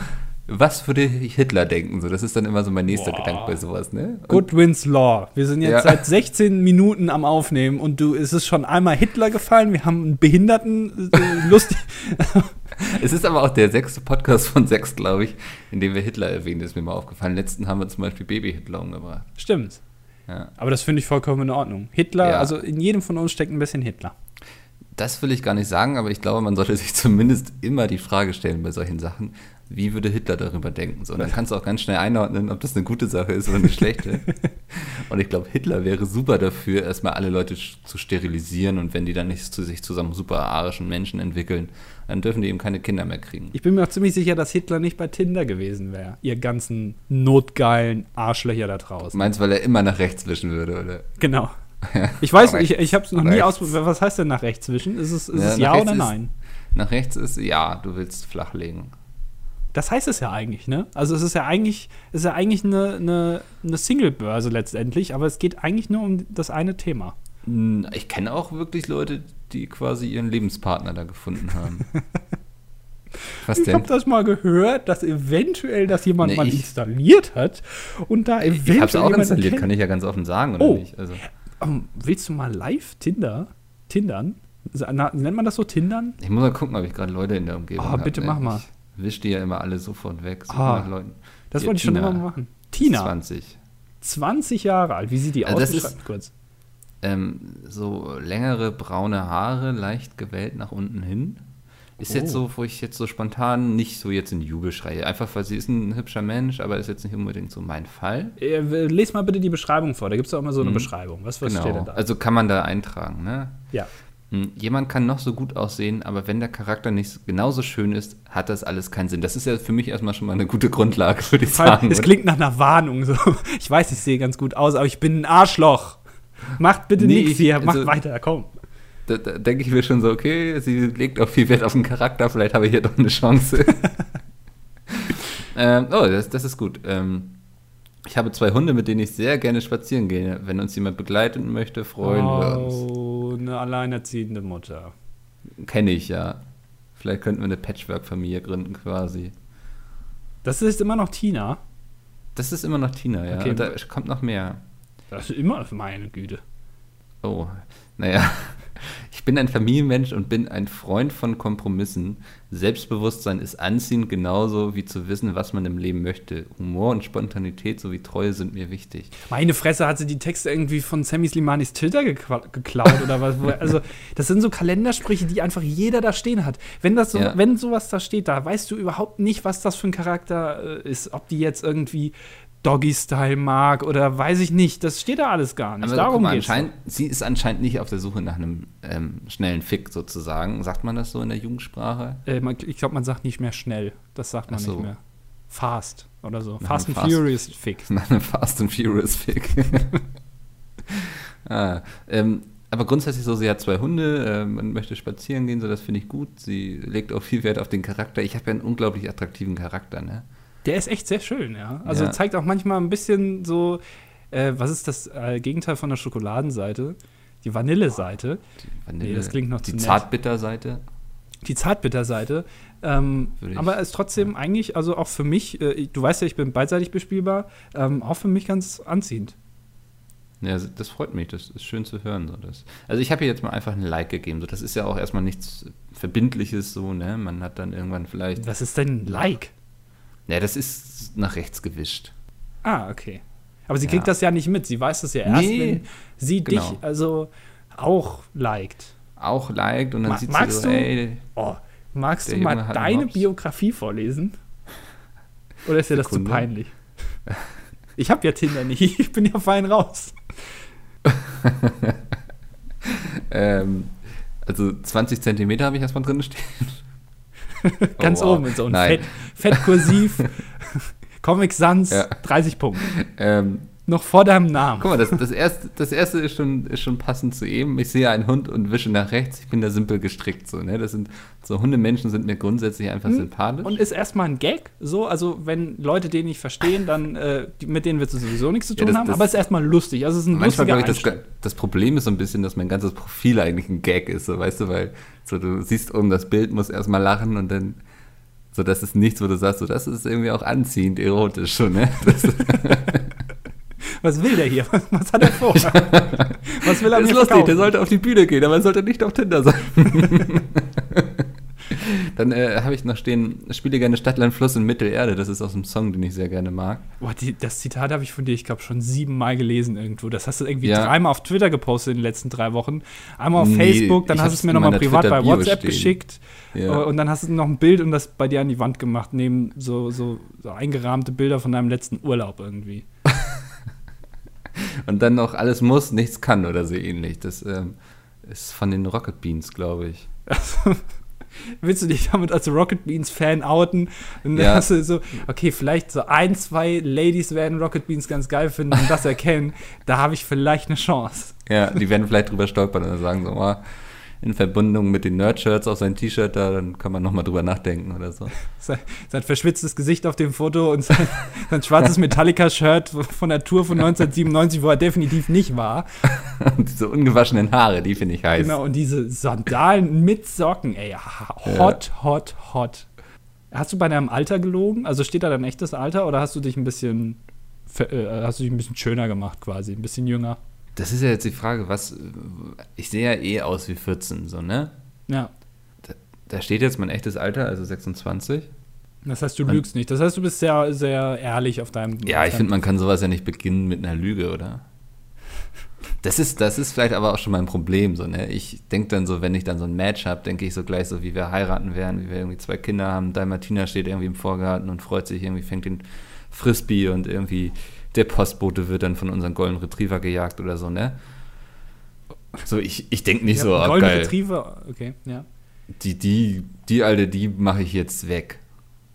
Speaker 1: was würde Hitler denken? So, das ist dann immer so mein nächster
Speaker 3: Boah.
Speaker 1: Gedanke bei sowas, ne? Und
Speaker 3: Goodwin's Law. Wir sind jetzt
Speaker 1: Ja.
Speaker 3: seit 16 Minuten am Aufnehmen und du, es ist schon einmal Hitler gefallen. Wir haben einen Behinderten, äh, lustig.
Speaker 1: Es ist aber auch der sechste Podcast von sechs, glaube ich, in dem wir Hitler erwähnen, ist mir mal aufgefallen. Letzten haben wir zum Beispiel Baby-Hitler umgebracht.
Speaker 3: Stimmt.
Speaker 1: Ja.
Speaker 3: Aber das finde ich vollkommen in Ordnung. Hitler,
Speaker 1: Ja.
Speaker 3: also in jedem von uns steckt ein bisschen Hitler.
Speaker 1: Das will ich gar nicht sagen, aber ich glaube, man sollte sich zumindest immer die Frage stellen bei solchen Sachen, wie würde Hitler darüber denken? So, und dann kannst du auch ganz schnell einordnen, ob das eine gute Sache ist oder eine schlechte. und ich glaube, Hitler wäre super dafür, erstmal alle Leute sch- zu sterilisieren und wenn die dann nicht zu sich zusammen super arischen Menschen entwickeln, dann dürfen die eben keine Kinder mehr kriegen.
Speaker 3: Ich bin mir auch ziemlich sicher, dass Hitler nicht bei Tinder gewesen wäre. Ihr ganzen notgeilen Arschlöcher da draußen.
Speaker 1: Meinst du, weil er immer nach rechts wischen würde, oder?
Speaker 3: Genau. Ich weiß nicht, ich,
Speaker 1: Rechts.
Speaker 3: ich habe es noch nie
Speaker 1: Rechts.
Speaker 3: ausprobiert. Was heißt denn nach rechts zwischen? Ist es ist
Speaker 1: Ja,
Speaker 3: es
Speaker 1: nach
Speaker 3: ja
Speaker 1: rechts
Speaker 3: oder
Speaker 1: ist-
Speaker 3: nein?
Speaker 1: Nach rechts ist ja, du willst flachlegen.
Speaker 3: Das heißt es ja eigentlich, ne? Also es ist ja eigentlich, es ist ja eigentlich eine, eine, eine Single-Börse letztendlich, aber es geht eigentlich nur um das eine Thema.
Speaker 1: Hm, Ich kenne auch wirklich Leute, die quasi ihren Lebenspartner da gefunden haben. Was
Speaker 3: Ich
Speaker 1: denn?
Speaker 3: habe das mal gehört, dass eventuell das jemand
Speaker 1: Nee,
Speaker 3: mal
Speaker 1: ich-
Speaker 3: installiert hat und da eventuell
Speaker 1: Ich hab's auch
Speaker 3: jemand
Speaker 1: installiert,
Speaker 3: kennt.
Speaker 1: kann ich ja ganz offen sagen, oder
Speaker 3: Oh.
Speaker 1: nicht? Also,
Speaker 3: Ähm, willst du mal live Tinder, Tindern? Sa- Na, nennt man das so Tindern?
Speaker 1: ich muss mal gucken, ob ich gerade Leute in der Umgebung
Speaker 3: Ah,
Speaker 1: habe.
Speaker 3: bitte mach mal.
Speaker 1: Ich wisch die ja immer alle sofort weg. So
Speaker 3: Ah,
Speaker 1: nach Leuten.
Speaker 3: Das
Speaker 1: Hier,
Speaker 3: wollte ich schon
Speaker 1: Tina
Speaker 3: immer mal machen.
Speaker 1: ist
Speaker 3: Tina,
Speaker 1: 20.
Speaker 3: 20 Jahre alt. Wie sieht die
Speaker 1: Also
Speaker 3: aus?
Speaker 1: das
Speaker 3: Beschreib
Speaker 1: ist-
Speaker 3: mal kurz.
Speaker 1: Ähm, so längere braune Haare, leicht gewellt nach unten hin. Ist jetzt
Speaker 3: Oh.
Speaker 1: so, wo ich jetzt so spontan nicht so jetzt in Jubel schreie. Einfach, weil sie ist ein hübscher Mensch, aber ist jetzt nicht unbedingt so mein Fall.
Speaker 3: Äh, les mal bitte die Beschreibung vor. Da gibt es auch immer so eine Beschreibung. Was, was steht
Speaker 1: Mhm. Genau.
Speaker 3: denn da?
Speaker 1: Also kann man da eintragen, ne?
Speaker 3: ja.
Speaker 1: Hm, Jemand kann noch so gut aussehen, aber wenn der Charakter nicht genauso schön ist, hat das alles keinen Sinn. Das ist ja für mich erstmal schon mal eine gute Grundlage, würde ich
Speaker 3: Vor allem,
Speaker 1: sagen.
Speaker 3: es
Speaker 1: oder?
Speaker 3: klingt nach einer Warnung. So. Ich weiß, ich sehe ganz gut aus, aber ich bin ein Arschloch. Macht bitte
Speaker 1: Nee,
Speaker 3: nichts
Speaker 1: ich-
Speaker 3: hier, macht
Speaker 1: also-
Speaker 3: weiter, komm.
Speaker 1: Da, da denke ich mir schon so, okay, sie legt auch viel Wert auf den Charakter, vielleicht habe ich hier doch eine Chance. ähm, oh, das, das ist gut. Ähm, ich habe zwei Hunde, mit denen ich sehr gerne spazieren gehe. Wenn uns jemand begleiten möchte, freuen wir uns.
Speaker 3: oh, eine alleinerziehende Mutter.
Speaker 1: Kenne ich ja. Vielleicht könnten wir eine Patchwork-Familie gründen quasi.
Speaker 3: Das ist immer noch Tina.
Speaker 1: Das ist immer noch Tina, ja.
Speaker 3: Okay.
Speaker 1: Und da kommt noch mehr.
Speaker 3: Das ist immer meine Güte.
Speaker 1: Oh, naja. Ich bin ein Familienmensch und bin ein Freund von Kompromissen. Selbstbewusstsein ist anziehend genauso wie zu wissen, was man im Leben möchte. Humor und Spontanität sowie Treue sind mir wichtig.
Speaker 3: Meine Fresse, hat sie die Texte irgendwie von Sammy Slimanis Twitter gekwa- geklaut oder was? Wo- Also, das sind so Kalendersprüche, die einfach jeder da stehen hat. Wenn, das so,
Speaker 1: Ja.
Speaker 3: wenn sowas da steht, da weißt du überhaupt nicht, was das für ein Charakter äh, ist. Ob die jetzt irgendwie Doggy-Style mag oder weiß ich nicht. Das steht da alles gar nicht.
Speaker 1: Aber guck
Speaker 3: Darum
Speaker 1: mal,
Speaker 3: geht's.
Speaker 1: anscheinend, sie ist anscheinend nicht auf der Suche nach einem ähm, schnellen Fick sozusagen. Sagt man das so in der Jugendsprache?
Speaker 3: Äh, man, ich glaube, man sagt nicht mehr schnell. Das sagt man
Speaker 1: Ach so.
Speaker 3: nicht mehr. Fast oder so.
Speaker 1: Na,
Speaker 3: Fast and
Speaker 1: fast.
Speaker 3: Furious Fick.
Speaker 1: Nach einem Fast and Furious Fick. ah, ähm, aber grundsätzlich so, sie hat zwei Hunde, ähm, man möchte spazieren gehen, so das finde ich gut. Sie legt auch viel Wert auf den Charakter. Ich habe ja einen unglaublich attraktiven Charakter, ne?
Speaker 3: Der ist echt sehr schön, ja. Also
Speaker 1: Ja.
Speaker 3: zeigt auch manchmal ein bisschen so, äh, was ist das äh, Gegenteil von der Schokoladenseite? die Vanille-Seite.
Speaker 1: Vanille,
Speaker 3: Nee, das klingt noch
Speaker 1: Die
Speaker 3: zu nett.
Speaker 1: Zartbitterseite.
Speaker 3: die Zartbitterseite. Ähm,
Speaker 1: Würde ich-
Speaker 3: aber ist trotzdem eigentlich, also auch für mich, äh, du weißt ja, ich bin beidseitig bespielbar, ähm, auch für mich ganz anziehend.
Speaker 1: Ja, das freut mich, das ist schön zu hören. So das. Also ich habe ihr jetzt mal einfach ein Like gegeben. So, das ist ja auch erstmal nichts Verbindliches so, ne? Man hat dann irgendwann vielleicht.
Speaker 3: Was ist denn ein Like?
Speaker 1: Ja, das ist nach rechts gewischt.
Speaker 3: Ah, okay. Aber sie
Speaker 1: Ja.
Speaker 3: kriegt das ja nicht mit. Sie weiß das ja erst,
Speaker 1: Nee,
Speaker 3: wenn sie
Speaker 1: genau.
Speaker 3: dich also auch liked.
Speaker 1: Auch liked und dann
Speaker 3: Ma-
Speaker 1: sieht sie
Speaker 3: magst
Speaker 1: so,
Speaker 3: du-
Speaker 1: ey,
Speaker 3: Oh, magst
Speaker 1: Der
Speaker 3: du mal
Speaker 1: Junge hat einen
Speaker 3: deine
Speaker 1: Mops.
Speaker 3: Biografie vorlesen? Oder ist dir das zu
Speaker 1: Sekunde.
Speaker 3: peinlich? Ich habe ja Tinder nicht. Ich bin ja fein raus.
Speaker 1: Oh, ähm, also 20 Zentimeter habe ich erstmal drin stehen.
Speaker 3: Ganz
Speaker 1: wow.
Speaker 3: oben in so einem
Speaker 1: Nein.
Speaker 3: Fett, Fett kursiv. Comic Sans,
Speaker 1: Ja.
Speaker 3: 30 Punkte.
Speaker 1: Ähm,
Speaker 3: Noch vor deinem Namen.
Speaker 1: guck mal, das, das erste, das erste ist, schon, ist schon passend zu ihm. Ich sehe einen Hund und wische nach rechts. Ich bin da simpel gestrickt. So, ne? das sind, so Hundemenschen sind mir grundsätzlich einfach sympathisch.
Speaker 3: Hm. Und ist erstmal ein Gag, so, also wenn Leute den nicht verstehen, dann äh, die- mit denen wirst du sowieso nichts zu
Speaker 1: Ja,
Speaker 3: tun
Speaker 1: das-
Speaker 3: haben,
Speaker 1: das-
Speaker 3: aber ist erstmal lustig. Also es ist ein
Speaker 1: Manchmal
Speaker 3: lustiger
Speaker 1: glaube ich, das,
Speaker 3: Einstieg.
Speaker 1: das Problem ist so ein bisschen, dass mein ganzes Profil eigentlich ein Gag ist, so weißt du, weil so du siehst oben das Bild, musst erstmal lachen und dann so das ist nichts, wo du sagst, so das ist irgendwie auch anziehend erotisch schon, ne? Das,
Speaker 3: Was will der hier? Was, was hat er vor? was will er
Speaker 1: ist
Speaker 3: mir
Speaker 1: lustig, der
Speaker 3: verkaufen?
Speaker 1: sollte auf die Bühne gehen, aber er sollte nicht auf Tinder sein. dann äh, habe ich noch stehen, spiele gerne Stadtland Fluss in Mittelerde, das ist aus einem Song, den ich sehr gerne mag.
Speaker 3: Boah, die, das Zitat habe ich von dir, ich glaube, schon siebenmal gelesen irgendwo. Das hast du irgendwie
Speaker 1: Ja.
Speaker 3: dreimal auf Twitter gepostet in den letzten drei Wochen. Einmal auf
Speaker 1: Nee,
Speaker 3: Facebook, dann
Speaker 1: ich
Speaker 3: hast du
Speaker 1: hab's
Speaker 3: es mir
Speaker 1: in
Speaker 3: nochmal
Speaker 1: meiner
Speaker 3: privat bei
Speaker 1: Twitter-Bio
Speaker 3: WhatsApp
Speaker 1: stehen.
Speaker 3: geschickt.
Speaker 1: Ja.
Speaker 3: Äh, Und dann hast du noch ein Bild und das bei dir an die Wand gemacht, neben so, so, so eingerahmte Bilder von deinem letzten Urlaub irgendwie.
Speaker 1: Und dann noch alles muss, nichts kann oder so ähnlich. Das ähm, ist von den Rocket Beans, glaube ich.
Speaker 3: Also, willst du dich damit als Rocket Beans Fan outen? Und dann
Speaker 1: Ja.
Speaker 3: hast du so, okay, vielleicht so ein, zwei Ladies werden Rocket Beans ganz geil finden und das erkennen. da habe ich vielleicht eine Chance.
Speaker 1: Ja, die werden vielleicht drüber stolpern und dann sagen so, ah, in Verbindung mit den Nerd-Shirts auf sein T-Shirt da, dann kann man nochmal drüber nachdenken oder so.
Speaker 3: Sein, sein verschwitztes Gesicht auf dem Foto und sein, sein schwarzes Metallica-Shirt von der Tour von 1997, wo er definitiv nicht war.
Speaker 1: Und diese ungewaschenen Haare, die finde ich heiß.
Speaker 3: Genau, und diese Sandalen mit Socken, ey, hot, hot, hot. Hast du bei deinem Alter gelogen? Also steht da dein echtes Alter oder hast du dich ein bisschen, ver- äh, hast du dich ein bisschen schöner gemacht quasi, ein bisschen jünger?
Speaker 1: Das ist ja jetzt die Frage, was, äh, ich sehe ja eh aus wie 14, so, ne?
Speaker 3: Ja.
Speaker 1: Da steht jetzt mein echtes Alter, also 26.
Speaker 3: Das heißt, du
Speaker 1: Man-
Speaker 3: lügst nicht. Das heißt, du bist sehr, sehr ehrlich auf
Speaker 1: Ja,
Speaker 3: deinem. auf
Speaker 1: ich
Speaker 3: deinem-
Speaker 1: finde, man kann sowas ja nicht beginnen mit einer Lüge, oder? Das ist, das ist vielleicht aber auch schon mein Problem, so, ne? Ich denke dann so, wenn ich dann so ein Match habe, denke ich so gleich so, wie wir heiraten werden, wie wir irgendwie zwei Kinder haben. Dalmatiner steht irgendwie im Vorgarten und freut sich, irgendwie fängt den Frisbee und irgendwie der Postbote wird dann von unseren Golden Retriever gejagt oder so, ne? So, ich, ich denke nicht
Speaker 3: Ja,
Speaker 1: so, ah,
Speaker 3: Golden
Speaker 1: geil,
Speaker 3: Retriever, okay, ja.
Speaker 1: die, die, die alte, die mache ich jetzt weg.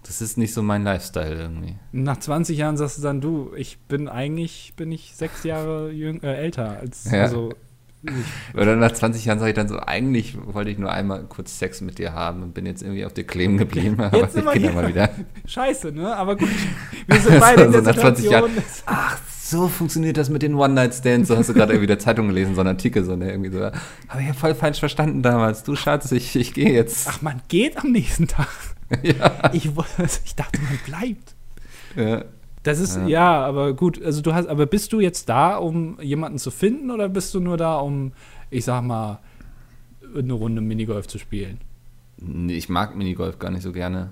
Speaker 1: Das ist nicht so mein Lifestyle irgendwie.
Speaker 3: Nach 20 Jahren sagst du dann, du, ich bin eigentlich, bin ich sechs Jahre jüng, äh, älter als,
Speaker 1: Ja.
Speaker 3: also,
Speaker 1: Oder nach 20 Jahren sage ich dann so, eigentlich wollte ich nur einmal kurz Sex mit dir haben und bin jetzt irgendwie auf dir kleben geblieben, aber
Speaker 3: sind
Speaker 1: ich gehe
Speaker 3: wir
Speaker 1: dann
Speaker 3: hier.
Speaker 1: mal wieder.
Speaker 3: scheiße, ne? Aber gut, wir sind beide in
Speaker 1: So
Speaker 3: der
Speaker 1: Also nach 20
Speaker 3: Situation.
Speaker 1: Ach, so funktioniert das mit den One-Night-Stands. So hast du gerade irgendwie der Zeitung gelesen, so ein Artikel, so, ne, irgendwie so. Habe ich ja voll falsch verstanden damals. Du Schatz, ich, ich gehe jetzt.
Speaker 3: Ach, man geht am nächsten Tag.
Speaker 1: ja.
Speaker 3: Ich, wo- also ich dachte, man bleibt.
Speaker 1: Ja.
Speaker 3: Das ist, ja.
Speaker 1: Ja.
Speaker 3: aber gut, also du hast, aber bist du jetzt da, um jemanden zu finden oder bist du nur da, um, ich sag mal, eine Runde Minigolf zu spielen?
Speaker 1: Nee, ich mag Minigolf gar nicht so gerne.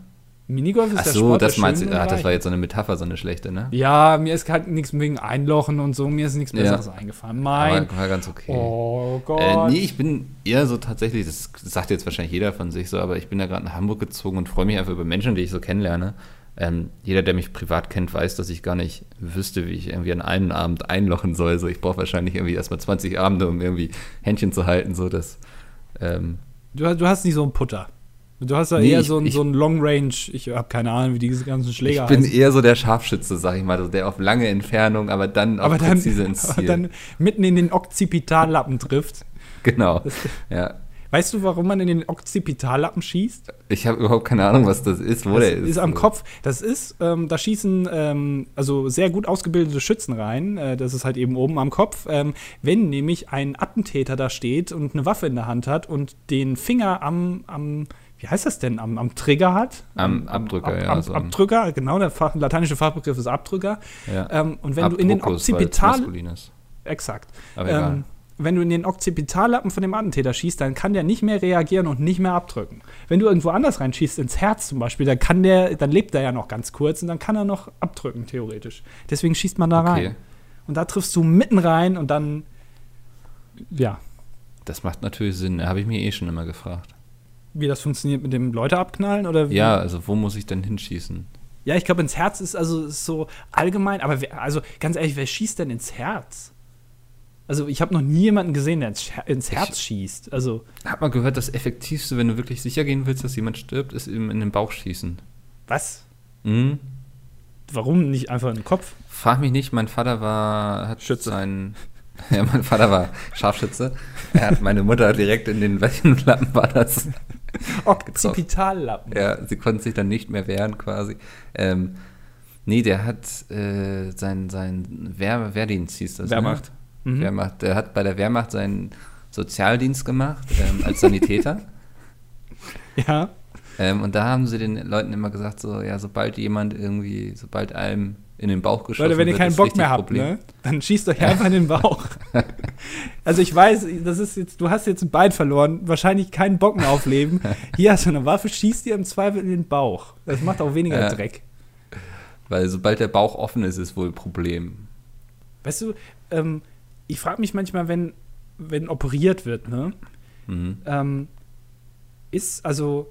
Speaker 3: Minigolf ist
Speaker 1: Ach
Speaker 3: der
Speaker 1: so,
Speaker 3: Sport
Speaker 1: das
Speaker 3: der
Speaker 1: meinst du.
Speaker 3: schönen und
Speaker 1: Ah, das war
Speaker 3: leichten.
Speaker 1: jetzt so eine Metapher, so eine schlechte, ne?
Speaker 3: Ja, mir ist halt nichts wegen Einlochen und so, mir ist nichts
Speaker 1: Ja.
Speaker 3: Besseres eingefallen. Mein
Speaker 1: Aber war ganz okay.
Speaker 3: Oh Gott.
Speaker 1: Äh, nee, ich bin eher so tatsächlich, das sagt jetzt wahrscheinlich jeder von sich so, aber ich bin da gerade nach Hamburg gezogen und freue mich einfach über Menschen, die ich so kennenlerne. Ähm, jeder, der mich privat kennt, weiß, dass ich gar nicht wüsste, wie ich irgendwie an einem Abend einlochen soll. So, ich brauche wahrscheinlich irgendwie erstmal 20 Abende, um irgendwie Händchen zu halten. So, dass, ähm,
Speaker 3: du, du hast nicht so einen Putter. Du hast ja
Speaker 1: Nee,
Speaker 3: eher
Speaker 1: ich-
Speaker 3: so einen,
Speaker 1: ich-
Speaker 3: so einen Long Range. Ich habe keine Ahnung, wie diese ganzen
Speaker 1: ich
Speaker 3: Schläger
Speaker 1: bin
Speaker 3: heißen.
Speaker 1: eher so der Scharfschütze, sag ich mal, so der auf lange Entfernung, aber dann auch
Speaker 3: aber dann,
Speaker 1: präzise ins
Speaker 3: aber
Speaker 1: Ziel.
Speaker 3: dann mitten in den Occipitallappen trifft.
Speaker 1: genau. Ja.
Speaker 3: Weißt du, warum man in den Occipitallappen schießt?
Speaker 1: Ich habe überhaupt keine Ahnung, was das ist, wo
Speaker 3: das
Speaker 1: der ist.
Speaker 3: ist am
Speaker 1: Also,
Speaker 3: Kopf. Das ist, ähm, da schießen ähm, also sehr gut ausgebildete Schützen rein. Äh, das ist halt eben oben am Kopf. Ähm, wenn nämlich ein Attentäter da steht und eine Waffe in der Hand hat und den Finger am, am wie heißt das denn, am, am Trigger hat?
Speaker 1: Am Abdrücker, ja,
Speaker 3: Am,
Speaker 1: so ein-
Speaker 3: Abdrücker, genau, der Fach, lateinische Fachbegriff ist Abdrücker.
Speaker 1: Ja.
Speaker 3: Ähm, und wenn du in den
Speaker 1: Abdruckus, weil es
Speaker 3: Occipital,
Speaker 1: maskulin ist.
Speaker 3: Exakt.
Speaker 1: Aber egal.
Speaker 3: Ähm, wenn du in den Occipitallappen von dem Attentäter schießt, dann kann der nicht mehr reagieren und nicht mehr abdrücken. Wenn du irgendwo anders reinschießt, ins Herz zum Beispiel, dann kann der, dann lebt er ja noch ganz kurz und dann kann er noch abdrücken, theoretisch. Deswegen schießt man da
Speaker 1: Okay.
Speaker 3: rein. Und da triffst du mitten rein und dann. Ja,
Speaker 1: Das macht natürlich Sinn, habe ich mir eh schon immer gefragt.
Speaker 3: wie das funktioniert mit dem Leute abknallen oder wie?
Speaker 1: Ja, also wo muss ich denn hinschießen?
Speaker 3: Ja, ich glaube, ins Herz ist also ist so allgemein, aber wer, also ganz ehrlich, wer schießt denn ins Herz? Also, ich habe noch nie jemanden gesehen, der ins, Her- ins Herz schießt. Also.
Speaker 1: Hab mal gehört, das Effektivste, wenn du wirklich sicher gehen willst, dass jemand stirbt, ist ihm in den Bauch schießen.
Speaker 3: Was?
Speaker 1: Mhm.
Speaker 3: Warum nicht einfach in den Kopf?
Speaker 1: Frag mich nicht, mein Vater war. Hat
Speaker 3: Schütze.
Speaker 1: Seinen, ja, mein Vater war Scharfschütze. Er hat meine Mutter direkt in den welchen Lappen war das?
Speaker 3: Occipitallappen.
Speaker 1: Ja, sie konnten sich dann nicht mehr wehren quasi. Ähm, nee, der hat äh, sein, sein Wehr, Wehrdienst hieß das.
Speaker 3: Wehrmacht.
Speaker 1: Ne?
Speaker 3: Mhm.
Speaker 1: Wehrmacht. Der hat bei der Wehrmacht seinen Sozialdienst gemacht ähm, als Sanitäter.
Speaker 3: Ja.
Speaker 1: ähm, und da haben sie den Leuten immer gesagt, so, ja, sobald jemand irgendwie, sobald einem in den Bauch geschossen
Speaker 3: Leute, wenn ihr
Speaker 1: wird,
Speaker 3: keinen
Speaker 1: ist
Speaker 3: Bock
Speaker 1: richtig
Speaker 3: mehr habt,
Speaker 1: Problem.
Speaker 3: ne, dann schießt euch einfach in den Bauch. Also ich weiß, das ist jetzt, du hast jetzt ein Bein verloren, wahrscheinlich keinen Bock mehr auf Leben. Hier hast du eine Waffe, schießt dir im Zweifel in den Bauch. Das macht auch weniger
Speaker 1: Ja.
Speaker 3: Dreck.
Speaker 1: Weil sobald der Bauch offen ist, ist wohl ein Problem.
Speaker 3: Weißt du, ähm, ich frage mich manchmal, wenn, wenn operiert wird, ne?
Speaker 1: Mhm.
Speaker 3: ähm, ist, also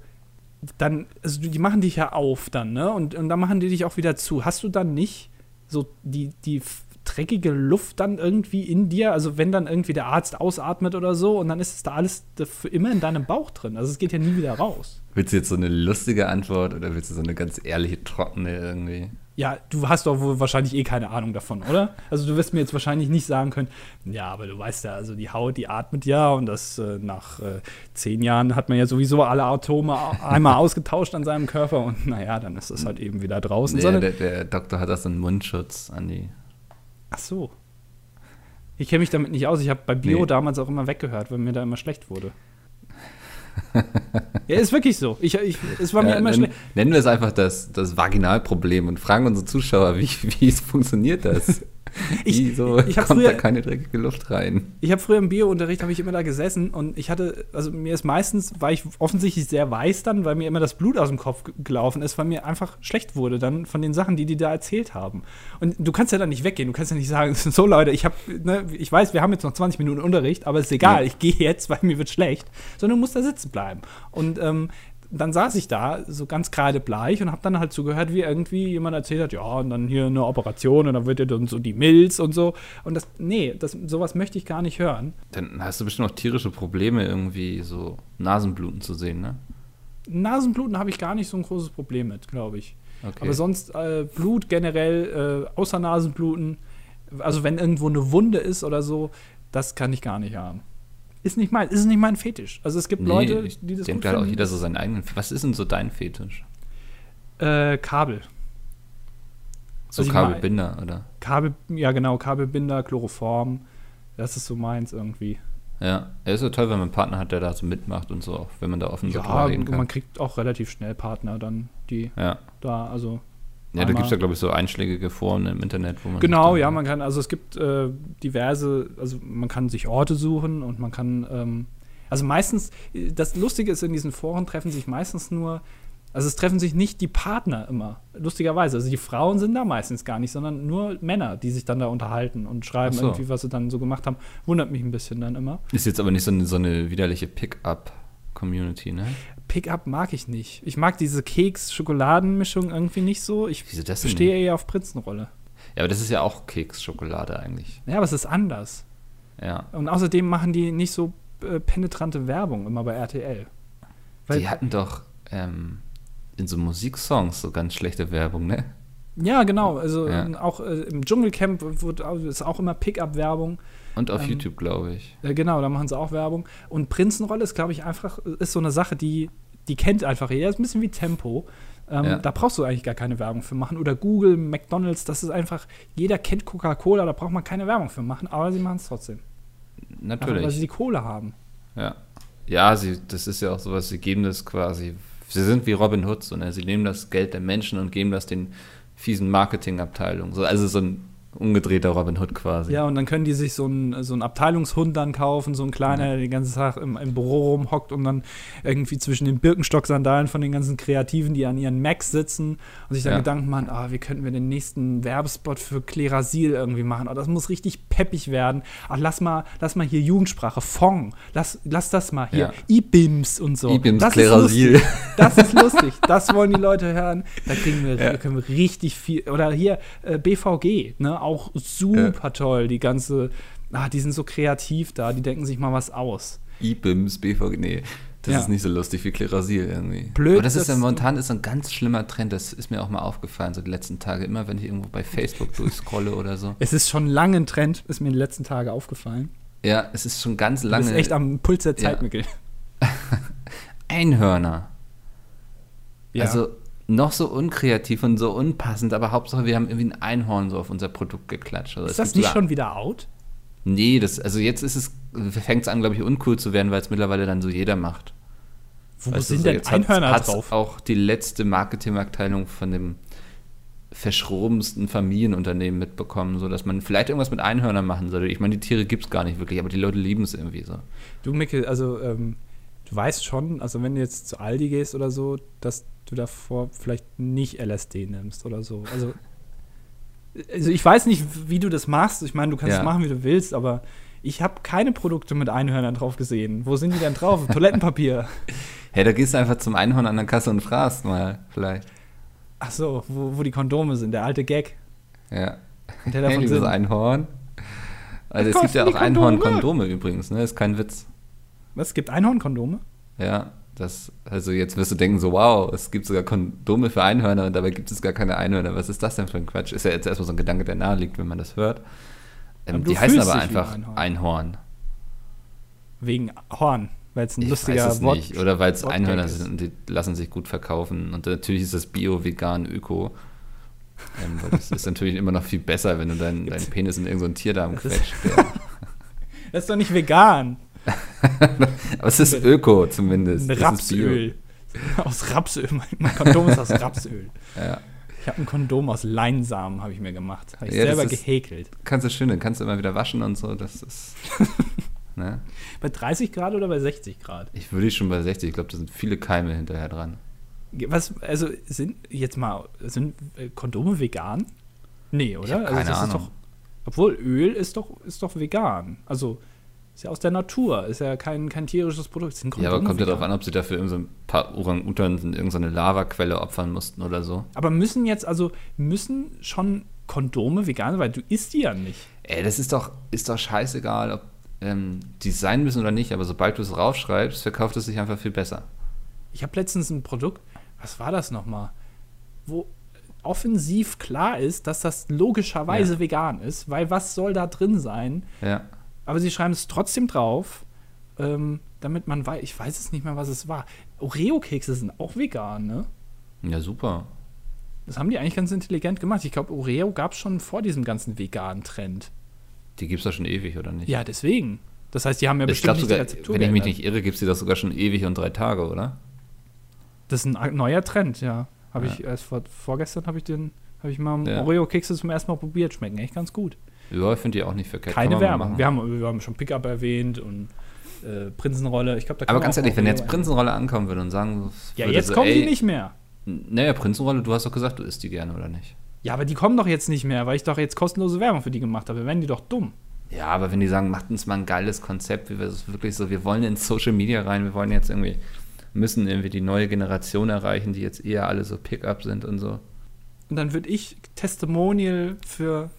Speaker 3: dann, also die machen dich ja auf dann, ne? Und, und dann machen die dich auch wieder zu. Hast du dann nicht so die, die f- dreckige Luft dann irgendwie in dir? Also wenn dann irgendwie der Arzt ausatmet oder so und dann ist es da alles da- für immer in deinem Bauch drin. Also es geht ja nie wieder raus.
Speaker 1: Willst du jetzt so eine lustige Antwort oder willst du so eine ganz ehrliche, trockene irgendwie?
Speaker 3: Ja, du hast doch wohl wahrscheinlich eh keine Ahnung davon, oder? Also du wirst mir jetzt wahrscheinlich nicht sagen können, ja, aber du weißt ja, also die Haut, die atmet ja und das äh, nach äh, zehn Jahren hat man ja sowieso alle Atome au- einmal ausgetauscht an seinem Körper und naja, dann ist es halt eben wieder draußen.
Speaker 1: Nee,
Speaker 3: sondern,
Speaker 1: der, der Doktor hat das einen Mundschutz, Andi.
Speaker 3: ach so. Ich kenne mich damit nicht aus. Ich habe bei Bio
Speaker 1: Nee.
Speaker 3: damals auch immer weggehört, weil mir da immer schlecht wurde. ja, ist wirklich so. Ich, ich, es war mir
Speaker 1: Ja,
Speaker 3: immer
Speaker 1: nennen,
Speaker 3: schlecht.
Speaker 1: Äh, nennen wir es einfach das, das Vaginalproblem und fragen unsere Zuschauer, wie, wie es funktioniert das?
Speaker 3: Ich-
Speaker 1: Wieso
Speaker 3: ich hab
Speaker 1: kommt
Speaker 3: früher-
Speaker 1: da keine dreckige Luft rein?
Speaker 3: Ich habe früher im Biounterricht habe ich immer da gesessen und ich hatte, also mir ist meistens, weil ich offensichtlich sehr weiß dann, weil mir immer das Blut aus dem Kopf ge- gelaufen ist, weil mir einfach schlecht wurde dann von den Sachen, die die da erzählt haben. Und du kannst ja dann nicht weggehen, du kannst ja nicht sagen, so Leute, ich habe, ne, ich weiß, wir haben jetzt noch 20 Minuten Unterricht, aber ist egal,
Speaker 1: Ja.
Speaker 3: ich gehe jetzt, weil mir wird schlecht, sondern du musst da sitzen bleiben. Und ähm, dann saß ich da, so ganz gerade bleich, und habe dann halt zugehört, wie irgendwie jemand erzählt hat, ja, und dann hier eine Operation, und dann wird dir dann so die Milz und so. Und das, nee, das, sowas möchte ich gar nicht hören.
Speaker 1: Dann hast du bestimmt auch tierische Probleme, irgendwie so Nasenbluten zu sehen, ne?
Speaker 3: Nasenbluten habe ich gar nicht so ein großes Problem mit, glaube ich.
Speaker 1: Okay.
Speaker 3: Aber sonst äh, Blut generell, äh, außer Nasenbluten, also wenn irgendwo eine Wunde ist oder so, das kann ich gar nicht haben. Ist nicht mein, ist nicht mein Fetisch. Also es gibt
Speaker 1: Nee,
Speaker 3: Leute,
Speaker 1: ich
Speaker 3: die das gut
Speaker 1: denkt halt auch
Speaker 3: finden.
Speaker 1: jeder so seinen eigenen. Was ist denn so dein Fetisch?
Speaker 3: äh, Kabel.
Speaker 1: So
Speaker 3: Also ich mein-
Speaker 1: Kabelbinder, oder?
Speaker 3: Kabel, ja genau, Kabelbinder, Chloroform. Das ist so meins irgendwie.
Speaker 1: Ja, er ist ja toll, wenn man einen Partner hat, der da so mitmacht und so, auch wenn man da offen so
Speaker 3: Ja,
Speaker 1: drüber reden
Speaker 3: man
Speaker 1: kann.
Speaker 3: kriegt auch relativ schnell Partner dann, die
Speaker 1: Ja.
Speaker 3: da, also
Speaker 1: ja, da
Speaker 3: Einmal-
Speaker 1: gibt es ja, glaube ich, so einschlägige Foren im Internet, wo man.
Speaker 3: Genau,
Speaker 1: sich
Speaker 3: ja,
Speaker 1: dann-
Speaker 3: man kann, also es gibt äh, diverse, also man kann sich Orte suchen und man kann, ähm, also meistens, äh, das Lustige ist, in diesen Foren treffen sich meistens nur, also es treffen sich nicht die Partner immer, lustigerweise. Also die Frauen sind da meistens gar nicht, sondern nur Männer, die sich dann da unterhalten und schreiben
Speaker 1: Ach so.
Speaker 3: irgendwie, was sie dann so gemacht haben. Wundert mich ein bisschen dann immer.
Speaker 1: Ist jetzt aber nicht so eine, so eine widerliche Pick-up-Community, ne?
Speaker 3: Pickup mag ich nicht. Ich mag diese Keks-Schokoladen-Mischung irgendwie nicht so. Ich
Speaker 1: Wieso das denn
Speaker 3: stehe eher auf Prinzenrolle.
Speaker 1: Ja, aber das ist ja auch Keksschokolade eigentlich.
Speaker 3: Ja, aber es ist anders.
Speaker 1: Ja.
Speaker 3: Und außerdem machen die nicht so äh, penetrante Werbung immer bei RTL. Weil-
Speaker 1: die hatten doch ähm, in so Musiksongs so ganz schlechte Werbung, ne?
Speaker 3: Ja, genau. Also
Speaker 1: Ja.
Speaker 3: ähm, auch äh, im Dschungelcamp wird, au- ist auch immer Pickup-Werbung.
Speaker 1: Und auf YouTube, glaube ich.
Speaker 3: Äh, genau, da machen sie auch Werbung. Und Prinzenrolle ist, glaube ich, einfach, ist so eine Sache, die, die kennt einfach jeder. Ist ein bisschen wie Tempo. Ähm,
Speaker 1: Ja.
Speaker 3: Da brauchst du eigentlich gar keine Werbung für machen. Oder Google, McDonalds, das ist einfach, jeder kennt Coca-Cola, da braucht man keine Werbung für machen, aber sie machen es trotzdem. Einfach, Weil sie
Speaker 1: Natürlich.
Speaker 3: die Kohle haben.
Speaker 1: Ja, ja sie, das ist ja auch sowas, sie geben das quasi. Sie sind wie Robin Hood, so, ne? sie nehmen das Geld der Menschen und geben das den fiesen Marketingabteilungen. So, also so ein umgedrehter Robin Hood quasi.
Speaker 3: Ja, und dann können die sich so einen, so einen Abteilungshund dann kaufen, so einen kleinen, der den ganzen Tag im, im Büro rumhockt und dann irgendwie zwischen den Birkenstock-Sandalen von den ganzen Kreativen, die an ihren Macs sitzen und sich dann
Speaker 1: Ja.
Speaker 3: Gedanken machen, ah, wie könnten wir den nächsten Werbespot für Klerasil irgendwie machen? Oh, das muss richtig peppig werden. Ach, lass mal, lass mal hier Jugendsprache, Fong, lass, lass das mal hier,
Speaker 1: Ja.
Speaker 3: IBIMS und so.
Speaker 1: IBIMS,
Speaker 3: das
Speaker 1: Klerasil.
Speaker 3: Ist lustig. das ist lustig, das wollen die Leute hören. Da kriegen wir, können wir richtig viel. Oder hier äh, BVG, ne? auch super toll, die ganze. Ah, die sind so kreativ da, die denken sich mal was aus.
Speaker 1: IBIMS, BVG, nee. Das
Speaker 3: Ja.
Speaker 1: ist nicht so lustig wie Klerasil irgendwie.
Speaker 3: Blöd,
Speaker 1: Aber das ist
Speaker 3: dass
Speaker 1: ja
Speaker 3: du-
Speaker 1: momentan ist so ein ganz schlimmer Trend. Das ist mir auch mal aufgefallen, so die letzten Tage. Immer wenn ich irgendwo bei Facebook durchscrolle oder so.
Speaker 3: Es ist schon lange ein Trend, ist mir in den letzten Tagen aufgefallen.
Speaker 1: Ja, es ist schon ganz
Speaker 3: Du
Speaker 1: lange.
Speaker 3: bist echt am Puls der
Speaker 1: Ja.
Speaker 3: Zeit, Mikkel.
Speaker 1: Einhörner.
Speaker 3: Ja.
Speaker 1: Also noch so unkreativ und so unpassend, aber Hauptsache, wir haben irgendwie ein Einhorn so auf unser Produkt geklatscht. Also
Speaker 3: ist
Speaker 1: es
Speaker 3: das
Speaker 1: gibt
Speaker 3: nicht
Speaker 1: so-
Speaker 3: schon wieder out?
Speaker 1: Nee, das, also jetzt ist es, fängt es an, glaube ich, uncool zu werden, weil es mittlerweile dann so jeder macht.
Speaker 3: Wo
Speaker 1: Weißt du,
Speaker 3: sind
Speaker 1: so
Speaker 3: denn
Speaker 1: jetzt hat's-
Speaker 3: Einhörner
Speaker 1: hat's
Speaker 3: drauf?
Speaker 1: auch die letzte Marketingabteilung von dem verschrobensten Familienunternehmen mitbekommen, so dass man vielleicht irgendwas mit Einhörnern machen sollte. Ich meine, die Tiere gibt es gar nicht wirklich, aber die Leute lieben es irgendwie so.
Speaker 3: Du, Mikkel, also ähm, du weißt schon, also wenn du jetzt zu Aldi gehst oder so, dass du davor vielleicht nicht LSD nimmst oder so. Also, also ich weiß nicht, wie du das machst. Ich meine, du kannst
Speaker 1: Ja.
Speaker 3: es machen, wie du willst, aber ich habe keine Produkte mit Einhörnern drauf gesehen. Wo sind die denn drauf? Toilettenpapier.
Speaker 1: Hey, da gehst du einfach zum Einhorn an der Kasse und fragst mal, vielleicht.
Speaker 3: Ach so, wo, wo die Kondome sind, der alte Gag.
Speaker 1: Ja.
Speaker 3: Der
Speaker 1: Hey,
Speaker 3: davon
Speaker 1: liebes
Speaker 3: Sinn.
Speaker 1: Einhorn. Also
Speaker 3: Was
Speaker 1: es gibt ja auch
Speaker 3: kosten die Kondome?
Speaker 1: Einhorn-Kondome übrigens, ne? Ist kein Witz.
Speaker 3: Was? Es gibt Einhornkondome?
Speaker 1: Ja, das, also jetzt wirst du denken, so wow, es gibt sogar Kondome für Einhörner und dabei gibt es gar keine Einhörner. Was ist das denn für ein Quatsch? Ist ja jetzt erstmal so ein Gedanke, der nahe liegt, wenn man das hört.
Speaker 3: Aber
Speaker 1: Ähm,
Speaker 3: du
Speaker 1: die heißen
Speaker 3: fühlst
Speaker 1: aber
Speaker 3: dich wie ein
Speaker 1: einfach
Speaker 3: Einhorn.
Speaker 1: Einhorn.
Speaker 3: Wegen Horn, weil es ein
Speaker 1: Ich weiß
Speaker 3: lustiger
Speaker 1: es
Speaker 3: Wort
Speaker 1: nicht. Oder weil es
Speaker 3: Wortgag
Speaker 1: Einhörner
Speaker 3: ist.
Speaker 1: sind und die lassen sich gut verkaufen. Und natürlich ist das Bio, Vegan, Öko. Ähm, weil das ist natürlich immer noch viel besser, wenn du deinen deinen Penis in irgendeinen Tierdarm
Speaker 3: Das ist-
Speaker 1: quetscht. der-
Speaker 3: Das ist doch nicht vegan.
Speaker 1: Aber es ist Öko zumindest.
Speaker 3: Ein
Speaker 1: Es ist Bio.
Speaker 3: Rapsöl. Aus Rapsöl. Mein, mein Kondom ist aus Rapsöl.
Speaker 1: Ja.
Speaker 3: Ich habe ein Kondom aus Leinsamen, habe ich mir gemacht. Habe ich
Speaker 1: Ja, das
Speaker 3: selber
Speaker 1: ist-
Speaker 3: gehäkelt.
Speaker 1: Kannst du schön, dann kannst du immer wieder waschen und so. Das ist. ne?
Speaker 3: Bei 30 Grad oder bei 60 Grad?
Speaker 1: Ich würde schon bei 60. Ich glaube, da sind viele Keime hinterher dran.
Speaker 3: Was, also sind jetzt mal, sind äh, Kondome vegan? Nee,
Speaker 1: Ich hab
Speaker 3: oder?
Speaker 1: keine
Speaker 3: also das
Speaker 1: Ahnung.
Speaker 3: Ist doch, obwohl Öl ist doch, ist doch vegan. Also ist ja aus der Natur, ist ja kein, kein tierisches Produkt. Sind
Speaker 1: ja, aber
Speaker 3: Kondome
Speaker 1: kommt ja darauf
Speaker 3: vegan?
Speaker 1: an, ob sie dafür irgend so ein paar Orang-Utans in irgendeine Lavaquelle opfern mussten oder so.
Speaker 3: Aber müssen jetzt, also müssen schon Kondome vegan sein, weil du isst die ja nicht.
Speaker 1: Ey, das ist doch, ist doch scheißegal, ob ähm, die sein müssen oder nicht, aber sobald du es raufschreibst, verkauft es sich einfach viel besser.
Speaker 3: Ich habe letztens ein Produkt, was war das nochmal? Wo offensiv klar ist, dass das logischerweise
Speaker 1: Ja.
Speaker 3: vegan ist, weil was soll da drin sein?
Speaker 1: Ja.
Speaker 3: Aber sie schreiben es trotzdem drauf, ähm, damit man weiß, ich weiß es nicht mehr, was es war. Oreo-Kekse sind auch vegan, ne?
Speaker 1: Ja, super.
Speaker 3: Das haben die eigentlich ganz intelligent gemacht. Ich glaube, Oreo gab es schon vor diesem ganzen veganen Trend.
Speaker 1: Die gibt es doch schon ewig, oder nicht?
Speaker 3: Ja, deswegen. Das heißt, die haben ja
Speaker 1: ich
Speaker 3: bestimmt
Speaker 1: glaube
Speaker 3: nicht
Speaker 1: sogar,
Speaker 3: die Rezeptur
Speaker 1: wenn ich mich
Speaker 3: geändert.
Speaker 1: nicht irre, gibt es die doch sogar schon ewig und drei Tage, oder?
Speaker 3: Das ist ein neuer Trend, ja. Habe
Speaker 1: Ja.
Speaker 3: ich erst vor, vorgestern habe ich den, habe ich mal
Speaker 1: Ja.
Speaker 3: Oreo-Kekse zum ersten Mal probiert. Schmecken echt ganz gut.
Speaker 1: Ja, ich finde die auch nicht verkehrt. Kann
Speaker 3: Keine
Speaker 1: man mal
Speaker 3: Werbung.
Speaker 1: machen.
Speaker 3: Wir haben, wir haben schon Pickup erwähnt und äh, Prinzenrolle. Ich glaube, da kann
Speaker 1: Aber
Speaker 3: man
Speaker 1: ganz
Speaker 3: auch
Speaker 1: ehrlich, wenn
Speaker 3: Oreo
Speaker 1: jetzt
Speaker 3: ein-
Speaker 1: Prinzenrolle ankommen würde und sagen,
Speaker 3: Ja,
Speaker 1: würde
Speaker 3: jetzt
Speaker 1: so,
Speaker 3: kommen
Speaker 1: ey,
Speaker 3: die nicht mehr.
Speaker 1: Naja, Prinzenrolle, du hast doch gesagt, du isst die gerne, oder nicht?
Speaker 3: Ja, aber die kommen doch jetzt nicht mehr, weil ich doch jetzt kostenlose Werbung für die gemacht habe. Werden die doch dumm.
Speaker 1: Ja, aber wenn die sagen, macht uns mal ein geiles Konzept, wie wir es wirklich so, wir wollen ins Social Media rein, wir wollen jetzt irgendwie, müssen irgendwie die neue Generation erreichen, die jetzt eher alle so Pickup sind und so.
Speaker 3: Und dann würde ich Testimonial für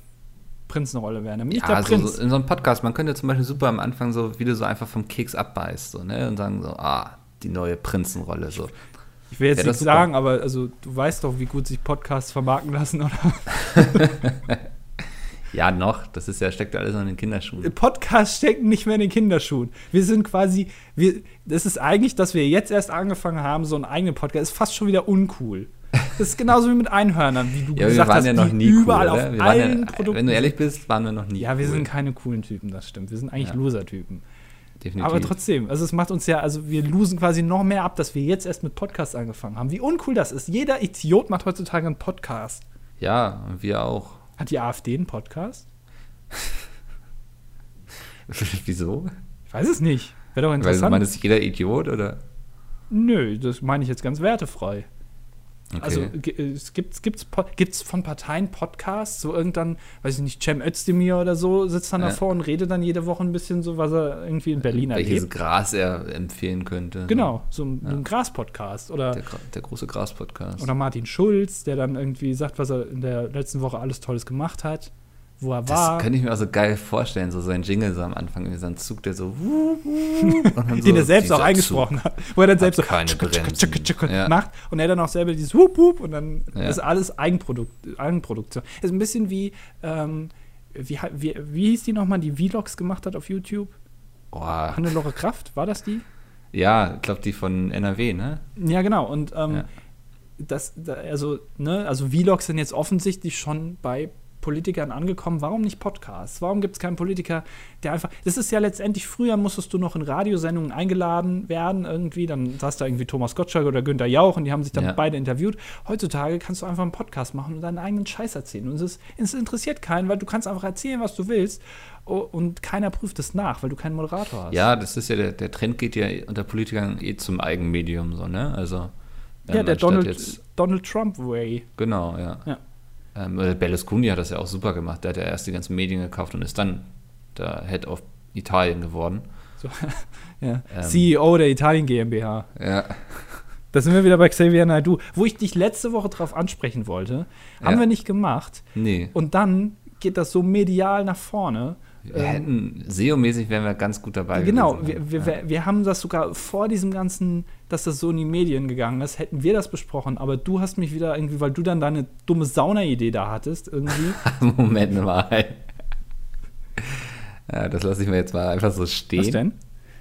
Speaker 3: Prinzenrolle werden. Dann bin ich
Speaker 1: ja,
Speaker 3: der
Speaker 1: so,
Speaker 3: Prinz.
Speaker 1: so in so einem Podcast, man könnte zum Beispiel super am Anfang so, wie du so einfach vom Keks abbeißt, so, ne, und sagen so, ah, die neue Prinzenrolle, so.
Speaker 3: ich will jetzt
Speaker 1: Ja, das
Speaker 3: nichts
Speaker 1: ist super.
Speaker 3: sagen, aber also, du weißt doch, wie gut sich Podcasts vermarkten lassen, oder?
Speaker 1: Ja, noch. Das ist ja, steckt ja alles noch in den Kinderschuhen.
Speaker 3: Podcasts stecken nicht mehr in den Kinderschuhen. Wir sind quasi, wir, das ist eigentlich, dass wir jetzt erst angefangen haben, so einen eigenen Podcast, ist fast schon wieder uncool. Das ist genauso wie mit Einhörnern, wie
Speaker 1: Ja,
Speaker 3: du
Speaker 1: aber wir
Speaker 3: gesagt
Speaker 1: waren
Speaker 3: hast,
Speaker 1: ja noch
Speaker 3: die
Speaker 1: nie cool,
Speaker 3: überall
Speaker 1: oder?
Speaker 3: auf
Speaker 1: Wir waren
Speaker 3: allen
Speaker 1: ja, äh,
Speaker 3: Produkten.
Speaker 1: wenn du ehrlich bist, waren wir noch nie
Speaker 3: ja, wir
Speaker 1: cool.
Speaker 3: sind keine coolen Typen, das stimmt. Wir sind eigentlich
Speaker 1: Ja.
Speaker 3: Loser-Typen.
Speaker 1: Definitiv.
Speaker 3: Aber trotzdem, also es macht uns ja, also wir losen quasi noch mehr ab, dass wir jetzt erst mit Podcasts angefangen haben. Wie uncool das ist. Jeder Idiot macht heutzutage einen Podcast.
Speaker 1: Ja, und wir auch.
Speaker 3: Hat die AfD einen Podcast?
Speaker 1: Wieso?
Speaker 3: Ich weiß es nicht. Wäre doch
Speaker 1: Weil
Speaker 3: interessant.
Speaker 1: man ist jeder Idiot oder?
Speaker 3: Nö, das meine ich jetzt ganz wertefrei.
Speaker 1: Okay.
Speaker 3: Also g- äh, es gibt's, gibt's, Po- gibt's von Parteien Podcasts, so irgendwann, weiß ich nicht, Cem Özdemir oder so sitzt dann
Speaker 1: Ja.
Speaker 3: davor und redet dann jede Woche ein bisschen so, was er irgendwie in Berlin
Speaker 1: welches
Speaker 3: erlebt.
Speaker 1: Gras er empfehlen könnte.
Speaker 3: Genau, so ein,
Speaker 1: Ja.
Speaker 3: ein Gras-Podcast oder,
Speaker 1: Der, Gra- der große Gras-Podcast.
Speaker 3: oder Martin Schulz, der dann irgendwie sagt, was er in der letzten Woche alles Tolles gemacht hat, wo er
Speaker 1: Das
Speaker 3: war,
Speaker 1: könnte ich mir auch so geil vorstellen, so sein Jingle so am Anfang, irgendwie so ein Zug, der so. wuh, wuh, und dann
Speaker 3: den
Speaker 1: so,
Speaker 3: er selbst auch
Speaker 1: dieser
Speaker 3: eingesprochen hat, wo er dann selbst so
Speaker 1: keine
Speaker 3: tschuk, tschuk,
Speaker 1: Bremsen.
Speaker 3: tschuk, tschuk
Speaker 1: Ja.
Speaker 3: macht und er dann auch selber dieses Wup, Wup und dann
Speaker 1: Ja.
Speaker 3: ist alles Eigenprodukt, Eigenproduktion. Ist ein bisschen wie, ähm, wie, ha- wie, wie hieß die nochmal, die Vlogs gemacht hat auf YouTube?
Speaker 1: Zug. Boah.
Speaker 3: Hannelore Kraft, war das die?
Speaker 1: Ja, ich glaube, die von NRW, ne?
Speaker 3: Ja, genau. Und ähm,
Speaker 1: Ja.
Speaker 3: das, da, also, ne, also Vlogs sind jetzt offensichtlich schon bei Politikern angekommen. Warum nicht Podcasts? Warum gibt es keinen Politiker, der einfach. Das ist ja letztendlich, früher musstest du noch in Radiosendungen eingeladen werden, irgendwie. Dann saß da irgendwie Thomas Gottschalk oder Günther Jauch und die haben sich dann
Speaker 1: Ja.
Speaker 3: beide interviewt. Heutzutage kannst du einfach einen Podcast machen und deinen eigenen Scheiß erzählen. Und es, ist, es interessiert keinen, weil du kannst einfach erzählen, was du willst. o- Und keiner prüft es nach, weil du keinen Moderator hast.
Speaker 1: Ja, das ist ja der, der Trend geht ja unter Politikern eh zum Eigenmedium so, ne? Also ähm,
Speaker 3: ja der
Speaker 1: anstatt
Speaker 3: Donald,
Speaker 1: jetzt,
Speaker 3: Donald Trump-Way.
Speaker 1: genau, ja.
Speaker 3: Ja.
Speaker 1: Ähm, oder Berlusconi hat das ja auch super gemacht. Der hat ja erst die ganzen Medien gekauft und ist dann der Head of Italien geworden.
Speaker 3: So, ja.
Speaker 1: Ähm.
Speaker 3: CEO der Italien GmbH.
Speaker 1: Ja.
Speaker 3: Da sind wir wieder bei Xavier Naidoo, wo ich dich letzte Woche drauf ansprechen wollte. Haben
Speaker 1: Ja.
Speaker 3: wir nicht gemacht.
Speaker 1: Nee.
Speaker 3: Und dann geht das so medial nach vorne.
Speaker 1: wir
Speaker 3: Ähm,
Speaker 1: hätten SEO-mäßig wären wir ganz gut dabei.
Speaker 3: genau,
Speaker 1: gewesen.
Speaker 3: wir, wir, wir- wir haben das sogar vor diesem ganzen, dass das so in die Medien gegangen ist, hätten wir das besprochen. Aber du hast mich wieder irgendwie, weil du dann deine dumme Sauna-Idee da hattest, irgendwie.
Speaker 1: Moment mal. Ja, das lasse ich mir jetzt mal einfach so stehen.
Speaker 3: Was denn?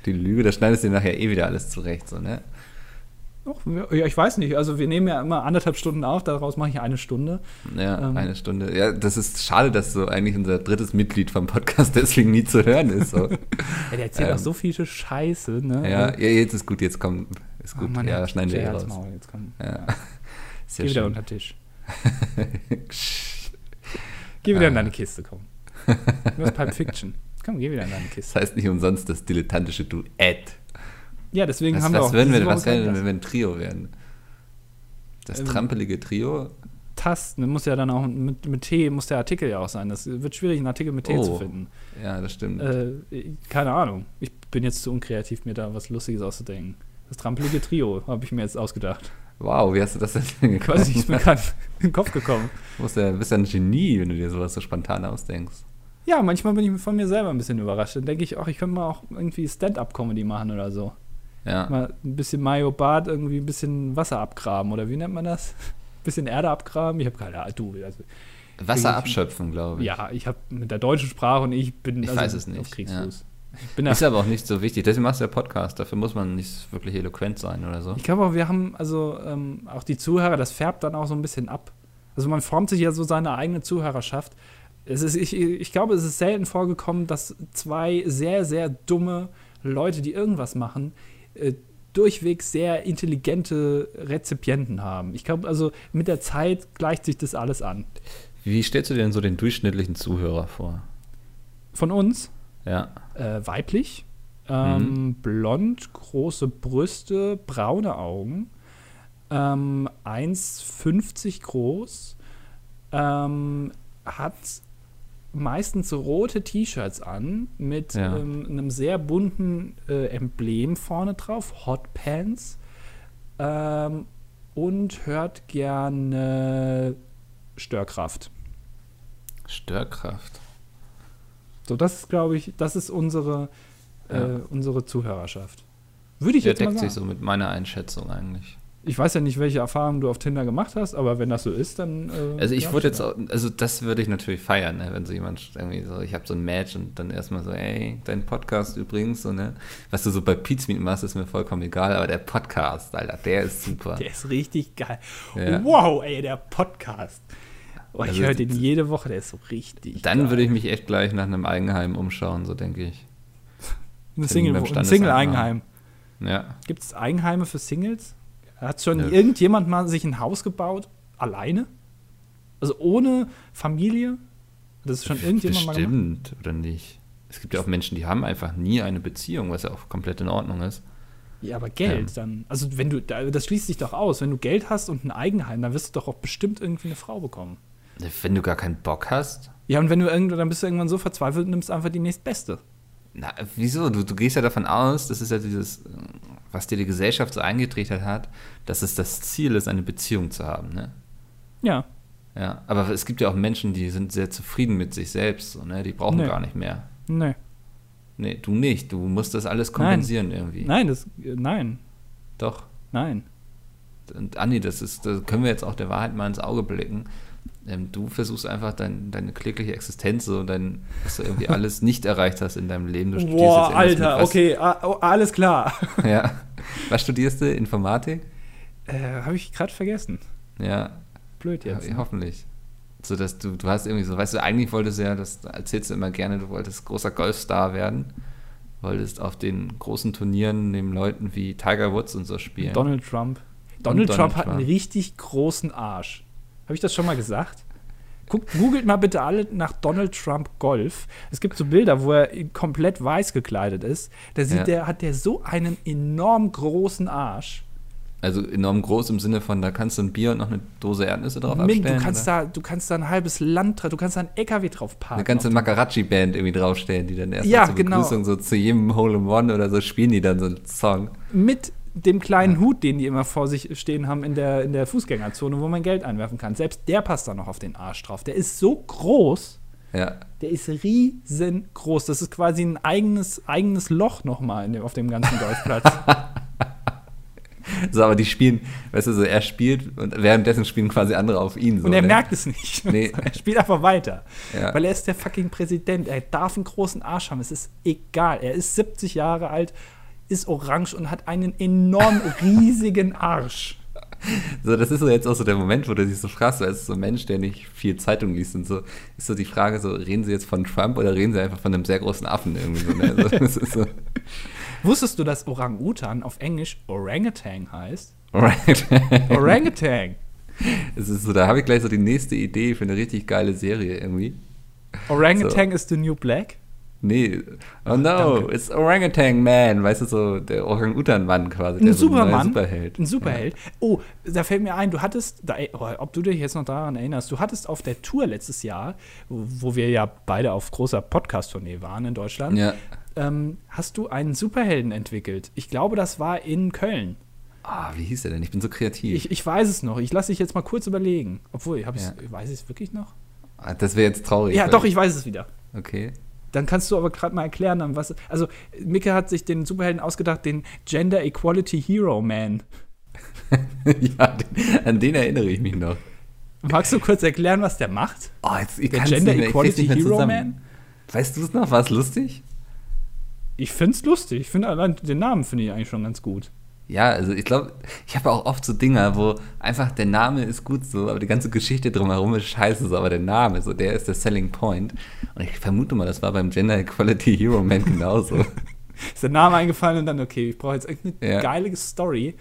Speaker 1: Die Lüge, da schneidest du dir nachher eh wieder alles zurecht, so, ne?
Speaker 3: Och, ja, ich weiß nicht. Also wir nehmen ja immer anderthalb Stunden auf, daraus mache ich eine Stunde.
Speaker 1: Ja,
Speaker 3: Ähm.
Speaker 1: eine Stunde. Ja, das ist schade, dass so eigentlich unser drittes Mitglied vom Podcast deswegen nie zu hören ist. So.
Speaker 3: Ja, der erzählt
Speaker 1: Ähm.
Speaker 3: auch so viele Scheiße, ne?
Speaker 1: ja, ja, jetzt ist gut, jetzt komm, ist
Speaker 3: Oh
Speaker 1: gut.
Speaker 3: Mann,
Speaker 1: ja,
Speaker 3: jetzt
Speaker 1: schneiden wir eh
Speaker 3: Jay halt's
Speaker 1: raus.
Speaker 3: Maul, jetzt komm.
Speaker 1: Ja. Ist ja
Speaker 3: Geh wieder
Speaker 1: schön.
Speaker 3: unter den Tisch. Geh wieder in deine Kiste, komm. Du hast Pulp Fiction. Komm, geh wieder in deine
Speaker 1: Das
Speaker 3: Kiste.
Speaker 1: heißt nicht umsonst das dilettantische Duett.
Speaker 3: Ja, deswegen
Speaker 1: Was,
Speaker 3: haben wir
Speaker 1: was
Speaker 3: auch
Speaker 1: würden wir,
Speaker 3: diese
Speaker 1: was
Speaker 3: Woche
Speaker 1: wären,
Speaker 3: keinen
Speaker 1: wir, wenn wir ein Trio wären? Das
Speaker 3: Ähm.
Speaker 1: trampelige Trio?
Speaker 3: Gast. Tasten. Da muss ja dann auch mit, mit T muss der Artikel ja auch sein. Das wird schwierig, einen Artikel mit T zu
Speaker 1: Oh.
Speaker 3: finden.
Speaker 1: Ja, das stimmt.
Speaker 3: Äh, keine Ahnung. Ich bin jetzt zu unkreativ, mir da was Lustiges auszudenken. Das trampelige Trio habe ich mir jetzt ausgedacht.
Speaker 1: Wow, wie hast du das denn gekommen?
Speaker 3: Quasi ist mir gerade in den Kopf gekommen.
Speaker 1: Du musst ja, bist ja ein Genie, wenn du dir sowas so spontan ausdenkst.
Speaker 3: Ja, manchmal bin ich von mir selber ein bisschen überrascht. Dann denke ich auch, ich könnte mal auch irgendwie Stand-up-Comedy machen oder so.
Speaker 1: Ja.
Speaker 3: Mal ein bisschen Mayo Bad, irgendwie ein bisschen Wasser abgraben oder wie nennt man das? Ein bisschen Erde abgraben? Ich habe keine Ahnung. Du, also,
Speaker 1: Wasser abschöpfen, glaube ich.
Speaker 3: ja, ich habe mit der deutschen Sprache und ich bin
Speaker 1: Ich
Speaker 3: also
Speaker 1: weiß es nicht,
Speaker 3: auf Kriegsfuß. Ich bin da,
Speaker 1: Ist aber auch nicht so wichtig. Deswegen machst du ja Podcast. Dafür muss man nicht wirklich eloquent sein oder so.
Speaker 3: ich glaube auch, wir haben also ähm, auch die Zuhörer, das färbt dann auch so ein bisschen ab. Also man formt sich ja so seine eigene Zuhörerschaft. Es ist, ich, ich glaube, es ist selten vorgekommen, dass zwei sehr, sehr dumme Leute, die irgendwas machen, äh, durchweg sehr intelligente Rezipienten haben. Ich glaube, also mit der Zeit gleicht sich das alles an.
Speaker 1: Wie stellst du dir denn so den durchschnittlichen Zuhörer vor?
Speaker 3: Von uns
Speaker 1: Ja.
Speaker 3: äh, weiblich, ähm, blond, große Brüste, braune Augen, ähm, 1,50 groß, ähm, hat meistens rote T-Shirts an mit
Speaker 1: Ja.
Speaker 3: ähm, einem sehr bunten äh, Emblem vorne drauf, Hot Pants, ähm, und hört gerne Störkraft.
Speaker 1: Störkraft.
Speaker 3: So, das ist, glaube ich, das ist unsere,
Speaker 1: Ja.
Speaker 3: äh, unsere Zuhörerschaft. Würde ich
Speaker 1: Der
Speaker 3: jetzt mal
Speaker 1: deckt
Speaker 3: sagen.
Speaker 1: sich so mit meiner Einschätzung eigentlich.
Speaker 3: ich weiß ja nicht, welche Erfahrungen du auf Tinder gemacht hast, aber wenn das so ist, dann. äh,
Speaker 1: Also ich
Speaker 3: ja,
Speaker 1: würde jetzt, auch, also das würde ich natürlich feiern, ne? wenn so jemand irgendwie so, ich habe so ein Match und dann erstmal so, ey, dein Podcast übrigens, so, ne? Was du so bei Pizmeet machst, ist mir vollkommen egal, aber der Podcast, Alter, der ist super.
Speaker 3: Der ist richtig geil.
Speaker 1: Ja.
Speaker 3: Wow, ey, der Podcast. Oh, ich
Speaker 1: Also,
Speaker 3: höre den jede Woche, der ist so richtig.
Speaker 1: dann
Speaker 3: geil.
Speaker 1: würde ich mich echt gleich nach einem Eigenheim umschauen, so denke ich.
Speaker 3: Eine
Speaker 1: Termin
Speaker 3: Single,
Speaker 1: beim
Speaker 3: ein Single-Eigenheim.
Speaker 1: Standesamt Ja.
Speaker 3: Gibt es Eigenheime für Singles? Hat schon
Speaker 1: Nö.
Speaker 3: irgendjemand mal sich ein Haus gebaut? Alleine? Also ohne Familie? Das ist schon irgendjemand mal gemacht?
Speaker 1: Bestimmt, oder nicht? Es gibt ja auch Menschen, die haben einfach nie eine Beziehung, was ja auch komplett in Ordnung ist.
Speaker 3: Ja, aber Geld
Speaker 1: Ähm.
Speaker 3: dann. Also wenn du, da- das schließt sich doch aus. Wenn du Geld hast und ein Eigenheim, dann wirst du doch auch bestimmt irgendwie eine Frau bekommen.
Speaker 1: Wenn du gar keinen Bock hast,
Speaker 3: Ja, und wenn du irgendwann, dann bist du irgendwann so verzweifelt und nimmst einfach die nächstbeste.
Speaker 1: Na, wieso? Du, du gehst ja davon aus, das ist ja dieses, äh, was dir die Gesellschaft so eingetrichtert hat, dass es das Ziel ist, eine Beziehung zu haben, ne?
Speaker 3: Ja.
Speaker 1: Ja. Aber es gibt ja auch Menschen, die sind sehr zufrieden mit sich selbst, so, ne? Die brauchen
Speaker 3: Nee.
Speaker 1: gar nicht mehr.
Speaker 3: Nee.
Speaker 1: Nee, du nicht. Du musst das alles kompensieren irgendwie.
Speaker 3: Nein, das. äh, Nein.
Speaker 1: Doch.
Speaker 3: Nein.
Speaker 1: Und Andi, das ist, da können wir jetzt auch der Wahrheit mal ins Auge blicken. Ähm, du versuchst einfach dein, deine klägliche Existenz, so dein, was du irgendwie alles nicht erreicht hast in deinem Leben. Du studierst
Speaker 3: Boah,
Speaker 1: jetzt irgendwas
Speaker 3: Alter,
Speaker 1: mit was-
Speaker 3: okay, ah, oh, alles klar.
Speaker 1: Ja. Was studierst du? Informatik?
Speaker 3: äh, Habe ich gerade vergessen.
Speaker 1: Ja,
Speaker 3: Blöd
Speaker 1: Ja, eh,
Speaker 3: jetzt. ne?
Speaker 1: hoffentlich. So dass du, du hast irgendwie so, weißt du, eigentlich wolltest du ja, das erzählst du immer gerne, du wolltest großer Golfstar werden. Wolltest auf den großen Turnieren neben Leuten wie Tiger Woods und so spielen.
Speaker 3: Donald Trump. Donald,
Speaker 1: Donald
Speaker 3: Trump hat
Speaker 1: Trump.
Speaker 3: einen richtig großen Arsch. Habe ich das schon mal gesagt? Guckt, googelt mal bitte alle nach Donald Trump Golf. Es gibt so Bilder, wo er in- komplett weiß gekleidet ist. Da sieht
Speaker 1: Ja.
Speaker 3: der, hat der so einen enorm großen Arsch.
Speaker 1: also enorm groß im Sinne von, da kannst du ein Bier und noch eine Dose Erdnüsse drauf
Speaker 3: Min,
Speaker 1: abstellen.
Speaker 3: du kannst
Speaker 1: oder?
Speaker 3: da, du kannst da ein halbes Land, dra- du kannst da einen LKW drauf parken.
Speaker 1: ne? eine ganze Makarachi-Band irgendwie draufstellen, die dann erstmal
Speaker 3: Ja,
Speaker 1: zur
Speaker 3: genau.
Speaker 1: Begrüßung so zu jedem Hole in One oder so spielen die dann so einen Song.
Speaker 3: mit dem kleinen Hut, den die immer vor sich stehen haben in der, in der Fußgängerzone, wo man Geld einwerfen kann. Selbst der passt da noch auf den Arsch drauf. Der ist so groß,
Speaker 1: Ja.
Speaker 3: der ist riesengroß. Das ist quasi ein eigenes, eigenes Loch nochmal in dem, auf dem ganzen Golfplatz.
Speaker 1: So, aber die spielen, weißt du, so er spielt und währenddessen spielen quasi andere auf ihn. So,
Speaker 3: Und er
Speaker 1: ne?
Speaker 3: merkt es nicht.
Speaker 1: Nee.
Speaker 3: Er spielt einfach weiter.
Speaker 1: Ja.
Speaker 3: Weil er ist der fucking Präsident. Er darf einen großen Arsch haben. Es ist egal. Er ist 70 Jahre alt, ist orange und hat einen enorm riesigen Arsch.
Speaker 1: So, das ist so jetzt auch so der Moment, wo du dich so fragst, so als so ein Mensch, der nicht viel Zeitung liest und so, ist so die Frage so, reden sie jetzt von Trump oder reden sie einfach von einem sehr großen Affen irgendwie so, ne? so, das ist so
Speaker 3: Wusstest du, dass Orang-Utan auf Englisch Orangutan heißt?
Speaker 1: Alright.
Speaker 3: Orangutan.
Speaker 1: Es ist so, da habe ich gleich so die nächste Idee für eine richtig geile Serie irgendwie.
Speaker 3: Orangutan is the new black.
Speaker 1: Nee, oh no,
Speaker 3: danke.
Speaker 1: it's Orangutan Man, weißt du so, der Orang-Utan-Mann quasi, der
Speaker 3: Ein
Speaker 1: so ein neuer
Speaker 3: Superman.
Speaker 1: Superheld.
Speaker 3: Ein Superheld. Oh, da fällt mir ein, du hattest, da, oh, ob du dich jetzt noch daran erinnerst, du hattest auf der Tour letztes Jahr, wo wir ja beide auf großer Podcast-Tournee waren in Deutschland,
Speaker 1: Ja.
Speaker 3: ähm, hast du einen Superhelden entwickelt. Ich glaube, das war in Köln.
Speaker 1: Ah, wie hieß der denn? Ich bin so kreativ.
Speaker 3: Ich, ich weiß es noch. Ich lasse dich jetzt mal kurz überlegen. Obwohl, hab ich's,
Speaker 1: Ja.
Speaker 3: weiß ich es wirklich noch?
Speaker 1: Ah, das wäre jetzt traurig.
Speaker 3: Ja,
Speaker 1: weil-
Speaker 3: doch, ich weiß es wieder.
Speaker 1: Okay.
Speaker 3: Dann kannst du aber gerade mal erklären, an was. Also, Micke hat sich den Superhelden ausgedacht, den Gender Equality Hero Man.
Speaker 1: ja, den, an den erinnere ich mich noch.
Speaker 3: Magst du kurz erklären, was der macht?
Speaker 1: Oh, jetzt, ich
Speaker 3: Der
Speaker 1: kann's
Speaker 3: Gender
Speaker 1: nicht mehr, ich krieg's
Speaker 3: Equality
Speaker 1: nicht mehr
Speaker 3: Hero
Speaker 1: zusammen.
Speaker 3: Man?
Speaker 1: Weißt du es noch? War es lustig?
Speaker 3: Ich find's lustig. Ich finde allein den Namen finde ich eigentlich schon ganz gut.
Speaker 1: Ja, also ich glaube, ich habe auch oft so Dinger, wo einfach der Name ist gut so, aber die ganze Geschichte drumherum ist scheiße so, aber der Name, so der ist der Selling Point. Und ich vermute mal, das war beim Gender Equality Hero Man genauso.
Speaker 3: Ist der Name eingefallen und dann, okay, ich brauche jetzt irgendeine
Speaker 1: Ja.
Speaker 3: geile Story,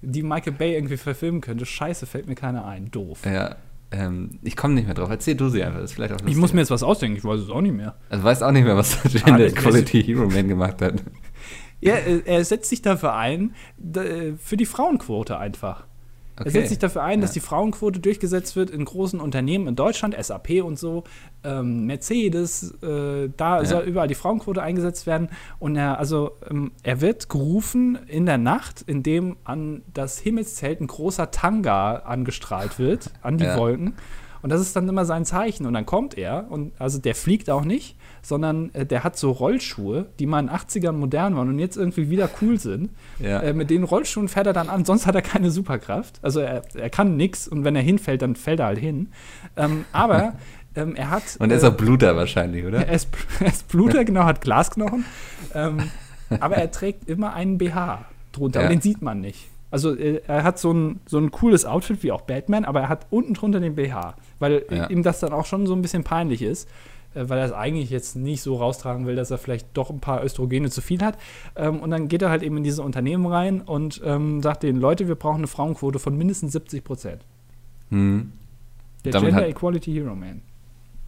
Speaker 3: die Michael Bay irgendwie verfilmen könnte. Scheiße, fällt mir keiner ein. Doof.
Speaker 1: ja, ähm, ich komme nicht mehr drauf. Erzähl du sie einfach, das ist vielleicht auch
Speaker 3: Ich
Speaker 1: lustig.
Speaker 3: muss mir jetzt was ausdenken, ich weiß es auch nicht mehr.
Speaker 1: also weißt auch nicht mehr, was der Gender
Speaker 3: das-
Speaker 1: Equality Hero Man gemacht hat.
Speaker 3: Ja, er er setzt sich dafür ein, d- äh, für die Frauenquote einfach.
Speaker 1: Okay.
Speaker 3: Er setzt sich dafür ein, dass
Speaker 1: Ja.
Speaker 3: die Frauenquote durchgesetzt wird in großen Unternehmen in Deutschland, SAP und so, ähm, Mercedes, äh, da
Speaker 1: Ja.
Speaker 3: soll überall die Frauenquote eingesetzt werden. Und er, also, ähm, er wird gerufen in der Nacht, in dem an das Himmelszelt ein großer Tanga angestrahlt wird, an die
Speaker 1: Ja.
Speaker 3: Wolken. Und das ist dann immer sein Zeichen. Und dann kommt er und also der fliegt auch nicht, sondern äh, der hat so Rollschuhe, die mal in den 80ern modern waren und jetzt irgendwie wieder cool sind.
Speaker 1: Ja.
Speaker 3: Äh, mit den Rollschuhen fährt er dann an, sonst hat er keine Superkraft. Also er, er kann nichts und wenn er hinfällt, dann fällt er halt hin. Ähm, aber ähm, er hat.
Speaker 1: Und er ist
Speaker 3: äh,
Speaker 1: auch Bluter wahrscheinlich, oder?
Speaker 3: er ist, er ist Bluter, genau, hat Glasknochen. ähm, aber er trägt immer einen BH drunter
Speaker 1: Ja.
Speaker 3: und den sieht man nicht. Also äh, er hat so ein, so ein cooles Outfit wie auch Batman, aber er hat unten drunter den BH, weil äh,
Speaker 1: Ja.
Speaker 3: ihm das dann auch schon so ein bisschen peinlich ist, äh, weil er es eigentlich jetzt nicht so raustragen will, dass er vielleicht doch ein paar Östrogene zu viel hat. Ähm, und dann geht er halt eben in diese Unternehmen rein und ähm, sagt denen, Leute, wir brauchen eine Frauenquote von mindestens 70 Prozent.
Speaker 1: Hm.
Speaker 3: Der
Speaker 1: Damit
Speaker 3: Gender
Speaker 1: hat-
Speaker 3: Equality Hero Man.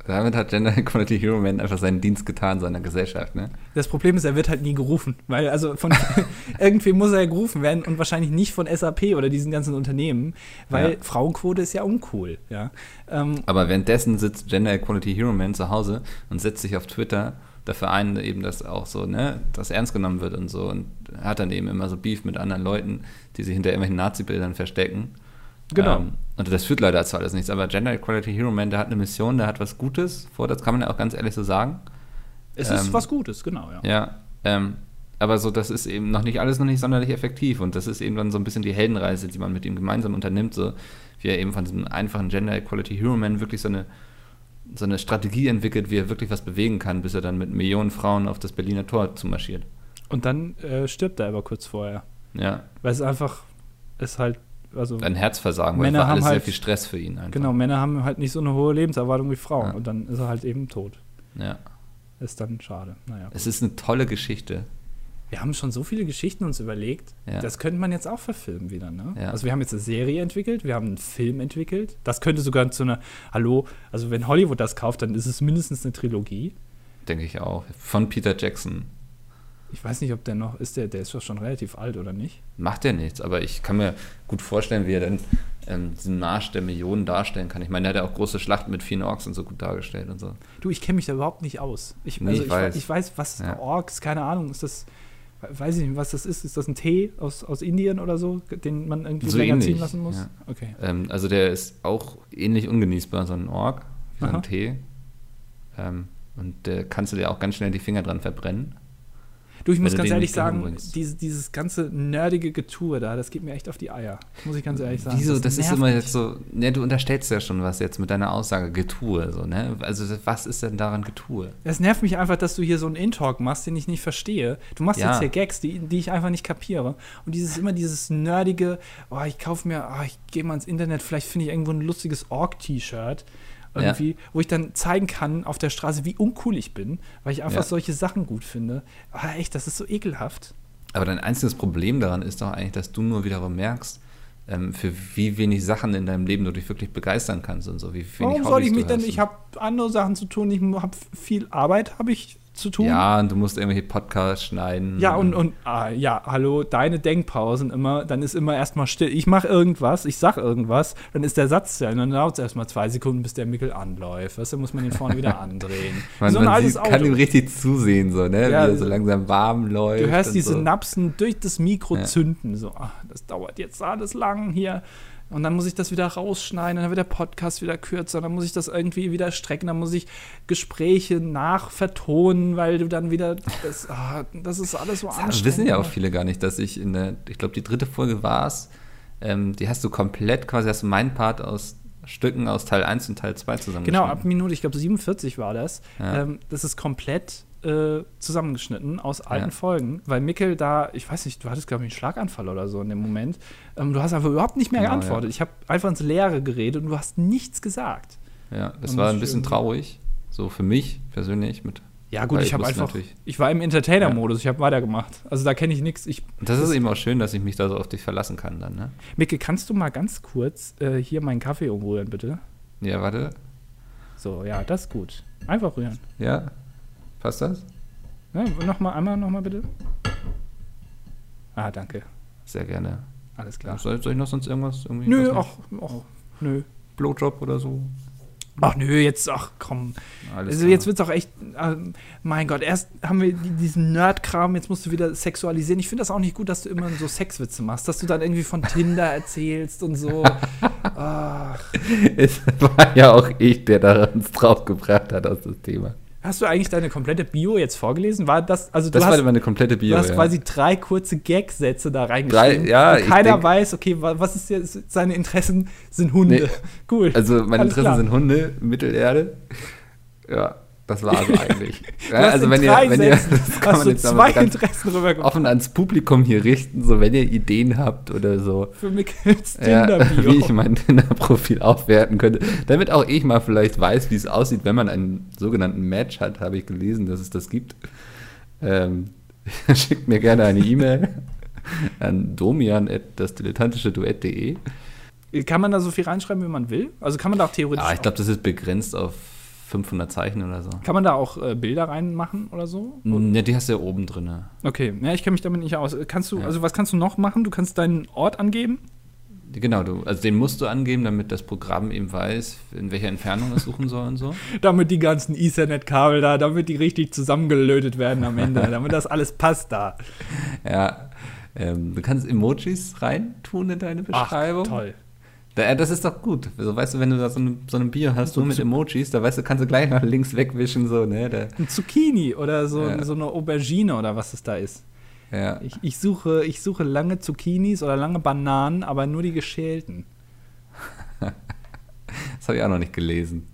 Speaker 1: Damit hat Gender Equality Hero Man einfach seinen Dienst getan seiner Gesellschaft, ne?
Speaker 3: Das Problem ist, er wird halt nie gerufen, weil also von irgendwie muss er ja gerufen werden und wahrscheinlich nicht von SAP oder diesen ganzen Unternehmen, weil
Speaker 1: Ja.
Speaker 3: Frauenquote ist ja uncool, ja. Ähm,
Speaker 1: Aber währenddessen sitzt Gender Equality Hero Man zu Hause und setzt sich auf Twitter dafür ein, eben, dass auch so, ne, das ernst genommen wird und so. Und hat dann eben immer so Beef mit anderen Leuten, die sich hinter irgendwelchen Nazi-Bildern verstecken.
Speaker 3: Genau.
Speaker 1: Ähm, und das führt leider zu alles nichts. Aber Gender Equality Hero Man, der hat eine Mission, der hat was Gutes vor, das kann man ja auch ganz ehrlich so sagen.
Speaker 3: es ist
Speaker 1: ähm,
Speaker 3: was Gutes, genau, ja.
Speaker 1: Ja, ähm, aber so, das ist eben noch nicht alles noch nicht sonderlich effektiv und das ist eben dann so ein bisschen die Heldenreise, die man mit ihm gemeinsam unternimmt, so wie er eben von diesem einfachen Gender Equality Hero Man wirklich so eine, so eine Strategie entwickelt, wie er wirklich was bewegen kann, bis er dann mit Millionen Frauen auf das Berliner Tor zumarschiert.
Speaker 3: Und dann äh, stirbt er aber kurz vorher,
Speaker 1: Ja,
Speaker 3: weil es einfach ist halt also
Speaker 1: ein Herzversagen, weil
Speaker 3: Männer
Speaker 1: war alles
Speaker 3: haben
Speaker 1: sehr
Speaker 3: halt-
Speaker 1: viel Stress für ihn einfach.
Speaker 3: genau, Männer haben halt nicht so eine hohe Lebenserwartung wie Frauen
Speaker 1: Ja.
Speaker 3: und dann ist er halt eben tot.
Speaker 1: Ja.
Speaker 3: Ist dann schade. Naja.
Speaker 1: Es ist eine tolle Geschichte.
Speaker 3: Wir haben schon so viele Geschichten uns überlegt.
Speaker 1: Ja.
Speaker 3: Das könnte man jetzt auch verfilmen wieder, ne?
Speaker 1: Ja.
Speaker 3: Also wir haben jetzt eine Serie entwickelt, wir haben einen Film entwickelt. Das könnte sogar zu einer Hallo, also wenn Hollywood das kauft, dann ist es mindestens eine Trilogie.
Speaker 1: Denke ich auch. Von Peter Jackson.
Speaker 3: Ich weiß nicht, ob der noch ist der der ist doch schon relativ alt oder nicht?
Speaker 1: Macht ja nichts, aber ich kann mir gut vorstellen, wie er dann ähm, diesen Marsch der Millionen darstellen kann. Ich meine, er hat ja auch große Schlachten mit vielen Orks und so gut dargestellt und so.
Speaker 3: Du, ich kenne mich da überhaupt nicht aus. Ich,
Speaker 1: Nee,
Speaker 3: also
Speaker 1: ich
Speaker 3: ich,
Speaker 1: weiß.
Speaker 3: weiß. ich weiß, was
Speaker 1: Ja.
Speaker 3: Orks, keine Ahnung, ist das weiß ich nicht, was das ist, ist das ein Tee aus, aus Indien oder so, den man irgendwie
Speaker 1: So
Speaker 3: länger ziehen
Speaker 1: ähnlich,
Speaker 3: lassen muss?
Speaker 1: ja.
Speaker 3: Okay.
Speaker 1: Ähm, also der ist auch ähnlich ungenießbar, so ein Ork, wie so ein
Speaker 3: Aha.
Speaker 1: Tee. Ähm, und da kannst du dir auch ganz schnell die Finger dran verbrennen.
Speaker 3: Du, ich
Speaker 1: Wenn
Speaker 3: muss
Speaker 1: du
Speaker 3: ganz
Speaker 1: den
Speaker 3: ehrlich
Speaker 1: nicht dahin
Speaker 3: sagen,
Speaker 1: bringst.
Speaker 3: diese, dieses ganze nerdige Getue da, das geht mir echt auf die Eier. Muss ich ganz ehrlich sagen.
Speaker 1: Wieso? Das, ist
Speaker 3: nervt
Speaker 1: immer
Speaker 3: mich.
Speaker 1: jetzt so, ne, du unterstellst ja schon was jetzt mit deiner Aussage, Getue, so, ne? Also was ist denn daran Getue?
Speaker 3: Es nervt mich einfach, dass du hier so einen In-Talk machst, den ich nicht verstehe. Du machst
Speaker 1: Ja.
Speaker 3: jetzt hier Gags, die, die ich einfach nicht kapiere. Und dieses immer dieses nerdige, oh, ich kaufe mir, oh, ich gehe mal ins Internet, vielleicht finde ich irgendwo ein lustiges Org-T-Shirt. Irgendwie, wo ich dann zeigen kann auf der Straße, wie uncool ich bin, weil ich einfach
Speaker 1: Ja.
Speaker 3: solche Sachen gut finde. Ah, echt, das ist so ekelhaft.
Speaker 1: Aber dein einziges Problem daran ist doch eigentlich, dass du nur wiederum merkst, ähm, für wie wenig Sachen in deinem Leben du dich wirklich begeistern kannst und so. Wie wenig
Speaker 3: Warum soll
Speaker 1: Hobbys
Speaker 3: ich
Speaker 1: du
Speaker 3: mich denn?
Speaker 1: hast.
Speaker 3: Ich habe andere Sachen zu tun, ich habe viel Arbeit, habe ich zu tun.
Speaker 1: Ja, und du musst irgendwelche Podcasts schneiden.
Speaker 3: Hm? Ja, und, und ah, ja, hallo, deine Denkpausen immer, dann ist immer erstmal still. Ich mache irgendwas, ich sag irgendwas, dann ist der Satz zu Ende, dann dauert es erstmal zwei Sekunden, bis der Mickel anläuft. Weißt du, muss man den vorne wieder andrehen. Wie
Speaker 1: man,
Speaker 3: so ein
Speaker 1: man
Speaker 3: altes
Speaker 1: sieht, kann
Speaker 3: Auto.
Speaker 1: ihm richtig zusehen, so, ne?
Speaker 3: Ja,
Speaker 1: wie er so
Speaker 3: also-
Speaker 1: langsam warm läuft.
Speaker 3: Du hörst
Speaker 1: und
Speaker 3: diese
Speaker 1: so.
Speaker 3: Napsen durch das Mikro
Speaker 1: Ja.
Speaker 3: zünden. So, ach, das dauert jetzt alles lang hier. Und dann muss ich das wieder rausschneiden, dann wird der Podcast wieder kürzer, dann muss ich das irgendwie wieder strecken, dann muss ich Gespräche nachvertonen, weil du dann wieder das, ah, das ist alles so anstrengend.
Speaker 1: Das wissen ja auch viele gar nicht, dass ich in der, ich glaube, die dritte Folge war es, ähm, die hast du komplett quasi, hast du meinen Part aus Stücken aus Teil 1 und Teil 2
Speaker 3: Genau,
Speaker 1: zusammengeschnitten.
Speaker 3: ab Minute, ich glaube 47 war das.
Speaker 1: Ja.
Speaker 3: Ähm, das ist komplett äh, zusammengeschnitten aus alten
Speaker 1: Ja.
Speaker 3: Folgen, weil Mickel da, ich weiß nicht, du hattest, glaube ich, einen Schlaganfall oder so in dem Moment. Ähm, du hast einfach überhaupt nicht mehr
Speaker 1: Genau,
Speaker 3: geantwortet.
Speaker 1: ja.
Speaker 3: Ich habe einfach ins Leere geredet und du hast nichts gesagt.
Speaker 1: Ja, das
Speaker 3: Man
Speaker 1: war
Speaker 3: muss
Speaker 1: ein bisschen
Speaker 3: irgendwie-
Speaker 1: traurig, so für mich persönlich. Mit,
Speaker 3: Ja, gut,
Speaker 1: weil
Speaker 3: ich habe
Speaker 1: wusste
Speaker 3: einfach,
Speaker 1: natürlich-
Speaker 3: ich war im Entertainer-Modus, ich habe weitergemacht. Also da kenne ich nichts. Ich,
Speaker 1: Und das ist eben auch schön, dass ich mich da so auf dich verlassen kann dann, ne?
Speaker 3: Mickel, kannst du mal ganz kurz äh, hier meinen Kaffee umrühren, bitte?
Speaker 1: Ja, warte.
Speaker 3: So, ja, das ist gut. Einfach rühren.
Speaker 1: Ja. Passt das?
Speaker 3: Ne, noch mal, einmal nochmal bitte. Ah, danke.
Speaker 1: Sehr gerne.
Speaker 3: Alles klar.
Speaker 1: Ja. Soll, soll ich noch sonst irgendwas? Irgendwie
Speaker 3: Nö,
Speaker 1: was noch?
Speaker 3: auch, auch, nö.
Speaker 1: Blowjob oder so?
Speaker 3: Ach nö, jetzt, ach komm.
Speaker 1: Alles
Speaker 3: Also
Speaker 1: klar.
Speaker 3: jetzt wird's auch echt, ähm, mein Gott, erst haben wir die- diesen Nerd-Kram, jetzt musst du wieder sexualisieren. Ich finde das auch nicht gut, dass du immer so Sexwitze machst, dass du dann irgendwie von Tinder erzählst und so. Ach.
Speaker 1: Es war ja auch ich, der daran draufgebracht hat, aus das Thema.
Speaker 3: Hast du eigentlich deine komplette Bio jetzt vorgelesen? War das, also du
Speaker 1: Das
Speaker 3: hast,
Speaker 1: war meine komplette Bio.
Speaker 3: du hast
Speaker 1: ja.
Speaker 3: quasi drei kurze Gag-Sätze da reingeschrieben.
Speaker 1: Drei- ja,
Speaker 3: und
Speaker 1: ich
Speaker 3: keiner
Speaker 1: denk-
Speaker 3: weiß, okay, wa- was ist jetzt, seine Interessen sind Hunde.
Speaker 1: Nee.
Speaker 3: Cool.
Speaker 1: Also meine
Speaker 3: Alles
Speaker 1: Interessen
Speaker 3: klar.
Speaker 1: sind Hunde, Mittelerde. Ja, das war's eigentlich.
Speaker 3: Du
Speaker 1: ja,
Speaker 3: hast
Speaker 1: also
Speaker 3: in
Speaker 1: wenn ihr,
Speaker 3: drei
Speaker 1: wenn ihr,
Speaker 3: Sätzen
Speaker 1: das kann
Speaker 3: hast
Speaker 1: man
Speaker 3: du
Speaker 1: jetzt nochmal
Speaker 3: zwei
Speaker 1: so ganz
Speaker 3: Interessen rübergebracht.
Speaker 1: offen ans Publikum hier richten, so wenn ihr Ideen habt oder so.
Speaker 3: Für Mickels
Speaker 1: Ja,
Speaker 3: Tinder-Bio.
Speaker 1: wie ich mein Tinder-Profil aufwerten könnte. Damit auch ich mal vielleicht weiß, wie es aussieht, wenn man einen sogenannten Match hat, habe ich gelesen, dass es das gibt. Ähm, schickt mir gerne eine E-Mail an domian das dilettantische Duett.de.
Speaker 3: Kann man da so viel reinschreiben, wie man will? Also kann man da auch theoretisch.
Speaker 1: Ah, ich glaube, das ist begrenzt auf 500 Zeichen oder so.
Speaker 3: auch, kann man da auch äh, Bilder reinmachen oder so?
Speaker 1: Ne, die hast du ja oben drin. ne?
Speaker 3: Okay, ja, ich kenne mich damit nicht aus. Kannst du,
Speaker 1: Ja.
Speaker 3: also was kannst du noch machen? Du kannst deinen Ort angeben.
Speaker 1: Genau, du, also den musst du angeben, damit das Programm eben weiß, in welcher Entfernung es suchen soll und so.
Speaker 3: damit die ganzen Ethernet-Kabel da, damit die richtig zusammengelötet werden am Ende, damit das alles passt da.
Speaker 1: Ja. Ähm, du kannst Emojis reintun in deine
Speaker 3: Ach,
Speaker 1: Beschreibung.
Speaker 3: toll.
Speaker 1: Da, äh, das ist doch gut. Also, weißt du, wenn du da so eine, so eine Bier hast, nur mit Emojis, da weißt du, kannst du gleich nach links wegwischen, so, ne? Da,
Speaker 3: Ein Zucchini oder so,
Speaker 1: Ja.
Speaker 3: so eine Aubergine oder was es da ist.
Speaker 1: ja.
Speaker 3: Ich, ich, suche, ich suche lange Zucchinis oder lange Bananen, aber nur die geschälten.
Speaker 1: Das habe ich auch noch nicht gelesen.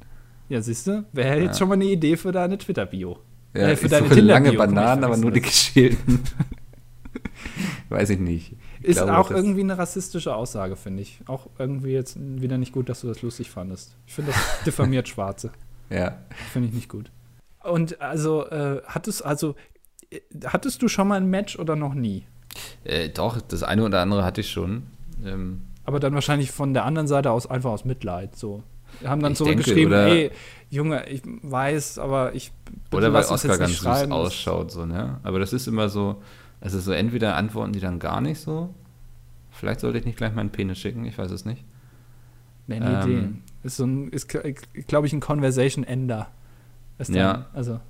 Speaker 3: Ja, siehst du, wäre jetzt
Speaker 1: Ja.
Speaker 3: schon mal eine Idee für deine Twitter-Bio.
Speaker 1: Ja,
Speaker 3: Äh,
Speaker 1: ich
Speaker 3: für deine
Speaker 1: suche lange
Speaker 3: Tinder-Bio, komm, ich
Speaker 1: Bananen, aber
Speaker 3: verwechsel
Speaker 1: nur die
Speaker 3: das.
Speaker 1: geschälten. Weiß ich nicht. Ich
Speaker 3: Ist
Speaker 1: glaube,
Speaker 3: auch
Speaker 1: das-
Speaker 3: irgendwie eine rassistische Aussage, finde ich. Auch irgendwie jetzt wieder nicht gut, dass du das lustig fandest. Ich finde, das diffamiert Schwarze.
Speaker 1: Ja.
Speaker 3: Finde ich nicht gut. Und also, äh, hattest, also, äh, hattest du schon mal ein Match oder noch nie?
Speaker 1: Äh, doch, das eine oder andere hatte ich schon. Ähm,
Speaker 3: Aber dann wahrscheinlich von der anderen Seite aus einfach aus Mitleid. So. Wir haben dann
Speaker 1: Ich
Speaker 3: zurückgeschrieben,
Speaker 1: denke, oder-
Speaker 3: ey, Junge, ich weiß, aber ich bitte
Speaker 1: Oder weil
Speaker 3: lass uns
Speaker 1: Oscar
Speaker 3: jetzt
Speaker 1: ganz
Speaker 3: nicht
Speaker 1: süß
Speaker 3: schreiben, das-
Speaker 1: ausschaut, so, ne? Aber das ist immer so, es ist so, entweder antworten die dann gar nicht so. Vielleicht sollte ich nicht gleich meinen Penis schicken, ich weiß es nicht.
Speaker 3: Nee, eine
Speaker 1: Ähm.
Speaker 3: Idee. Ist so ein, ist, glaube ich, ein Conversation Ender. Ist dann,
Speaker 1: Ja.
Speaker 3: Also,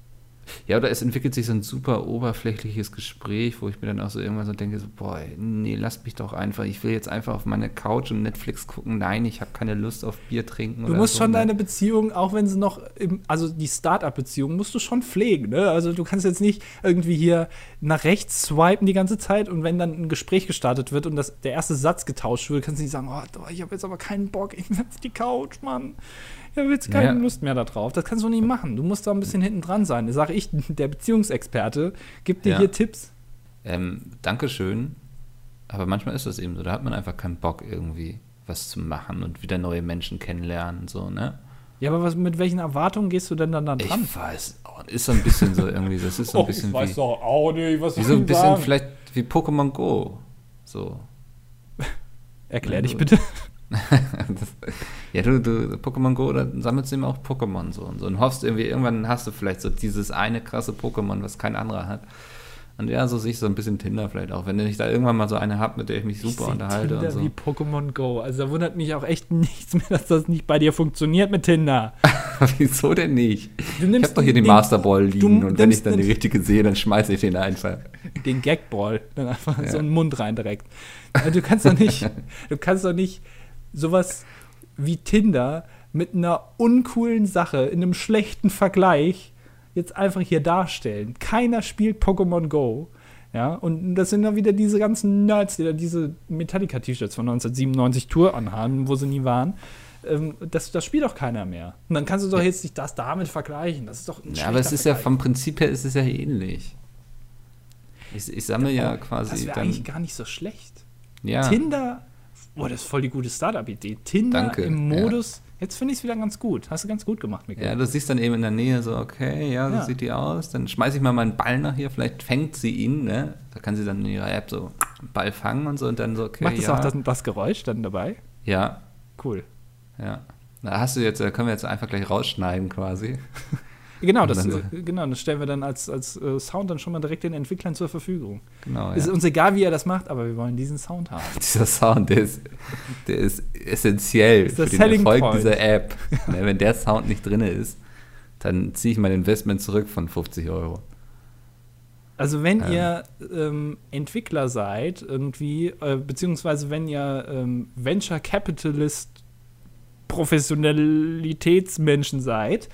Speaker 1: Ja, oder es entwickelt sich so ein super oberflächliches Gespräch, wo ich mir dann auch so irgendwann so denke, so, boah, nee, lass mich doch einfach, ich will jetzt einfach auf meine Couch und Netflix gucken. Nein, ich habe keine Lust auf Bier trinken
Speaker 3: Du
Speaker 1: oder
Speaker 3: musst
Speaker 1: so,
Speaker 3: schon
Speaker 1: ne?
Speaker 3: deine Beziehung, auch wenn sie noch, im, also die Start-up-Beziehung, musst du schon pflegen. Ne? Also du kannst jetzt nicht irgendwie hier nach rechts swipen die ganze Zeit und wenn dann ein Gespräch gestartet wird und das, der erste Satz getauscht wird, kannst du nicht sagen, oh, doch, ich habe jetzt aber keinen Bock, ich will auf die Couch, Mann. Ich habe jetzt keine
Speaker 1: Ja.
Speaker 3: Lust mehr darauf. Das kannst du nicht machen. Du musst da ein bisschen hinten dran sein. Sag ich, der Beziehungsexperte, gibt dir
Speaker 1: Ja.
Speaker 3: hier Tipps.
Speaker 1: Ähm, Dankeschön. Aber manchmal ist das eben so, da hat man einfach keinen Bock irgendwie was zu machen und wieder neue Menschen kennenlernen und so, ne?
Speaker 3: Ja, aber was, mit welchen Erwartungen gehst du denn dann da
Speaker 1: Ich
Speaker 3: dran?
Speaker 1: weiß auch, ist so ein bisschen so irgendwie, das ist so ein bisschen wie,
Speaker 3: Oh, doch auch nicht, was
Speaker 1: wie so ein bisschen vielleicht wie Pokémon Go. So.
Speaker 3: Erklär dich bitte.
Speaker 1: das, ja, du, du Pokémon Go, da sammelst du eben auch Pokémon so und so und hoffst irgendwie, irgendwann hast du vielleicht so dieses eine krasse Pokémon, was kein anderer hat. Und ja, so sehe ich so ein bisschen Tinder vielleicht auch. Wenn ich da irgendwann mal so eine habe, mit der ich mich
Speaker 3: Ich
Speaker 1: super
Speaker 3: seh
Speaker 1: unterhalte
Speaker 3: Tinder
Speaker 1: und so.
Speaker 3: wie Pokémon Go. Also da wundert mich auch echt nichts mehr, dass das nicht bei dir funktioniert mit Tinder.
Speaker 1: Wieso denn nicht?
Speaker 3: Du
Speaker 1: Ich
Speaker 3: nimmst
Speaker 1: habe doch hier den,
Speaker 3: den-
Speaker 1: Masterball liegen
Speaker 3: du
Speaker 1: und wenn ich
Speaker 3: nimmst
Speaker 1: dann die
Speaker 3: den-
Speaker 1: richtige sehe, dann schmeiße ich den einfach.
Speaker 3: Den Gagball, dann einfach
Speaker 1: Ja.
Speaker 3: so einen Mund rein direkt. Äh, Du kannst doch nicht, du kannst doch nicht sowas wie Tinder mit einer uncoolen Sache in einem schlechten Vergleich jetzt einfach hier darstellen. Keiner spielt Pokémon Go. Ja, und das sind dann wieder diese ganzen Nerds, die da diese Metallica-T-Shirts von 1997 Tour anhaben, wo sie nie waren. Ähm, das, das spielt doch keiner mehr. Und dann kannst du doch jetzt nicht das damit vergleichen. Das ist doch ein
Speaker 1: Ja, aber es
Speaker 3: schlechter
Speaker 1: ist ja
Speaker 3: Vergleich.
Speaker 1: vom Prinzip her ist es ja ähnlich. Ich, ich sammle ja
Speaker 3: Das
Speaker 1: quasi
Speaker 3: wäre
Speaker 1: dann.
Speaker 3: eigentlich gar nicht so schlecht.
Speaker 1: Ja,
Speaker 3: Tinder, boah, das ist voll die gute Startup-Idee. Tinder
Speaker 1: Danke,
Speaker 3: im
Speaker 1: ja.
Speaker 3: Modus, jetzt finde ich es wieder ganz gut. Hast du ganz gut gemacht, Mikkel.
Speaker 1: ja, du siehst dann eben in der Nähe so, okay, ja, so
Speaker 3: Ja.
Speaker 1: sieht die aus. Dann schmeiße ich mal meinen Ball nach hier, vielleicht fängt sie ihn, ne? Da kann sie dann in ihrer App so einen Ball fangen und so und dann so, okay.
Speaker 3: Macht das
Speaker 1: ja,
Speaker 3: auch das, das Geräusch dann dabei?
Speaker 1: Ja,
Speaker 3: Cool.
Speaker 1: ja. Da hast du jetzt, da können wir jetzt einfach gleich rausschneiden quasi.
Speaker 3: Genau,
Speaker 1: Und
Speaker 3: das,
Speaker 1: dann so-
Speaker 3: äh, genau, das stellen wir dann als, als äh, Sound dann schon mal direkt den Entwicklern zur Verfügung.
Speaker 1: Genau,
Speaker 3: Ist
Speaker 1: ja.
Speaker 3: uns egal, wie er das macht, aber wir wollen diesen Sound haben.
Speaker 1: Dieser Sound, der ist, der ist essentiell
Speaker 3: Ist der
Speaker 1: für den
Speaker 3: Selling
Speaker 1: Erfolg
Speaker 3: Point.
Speaker 1: dieser App. Ne, Wenn der Sound nicht drin ist, dann ziehe ich mein Investment zurück von 50 Euro.
Speaker 3: Also wenn
Speaker 1: Ähm.
Speaker 3: ihr ähm, Entwickler seid, irgendwie, äh, beziehungsweise wenn ihr ähm, Venture Capitalist Professionalitätsmenschen seid,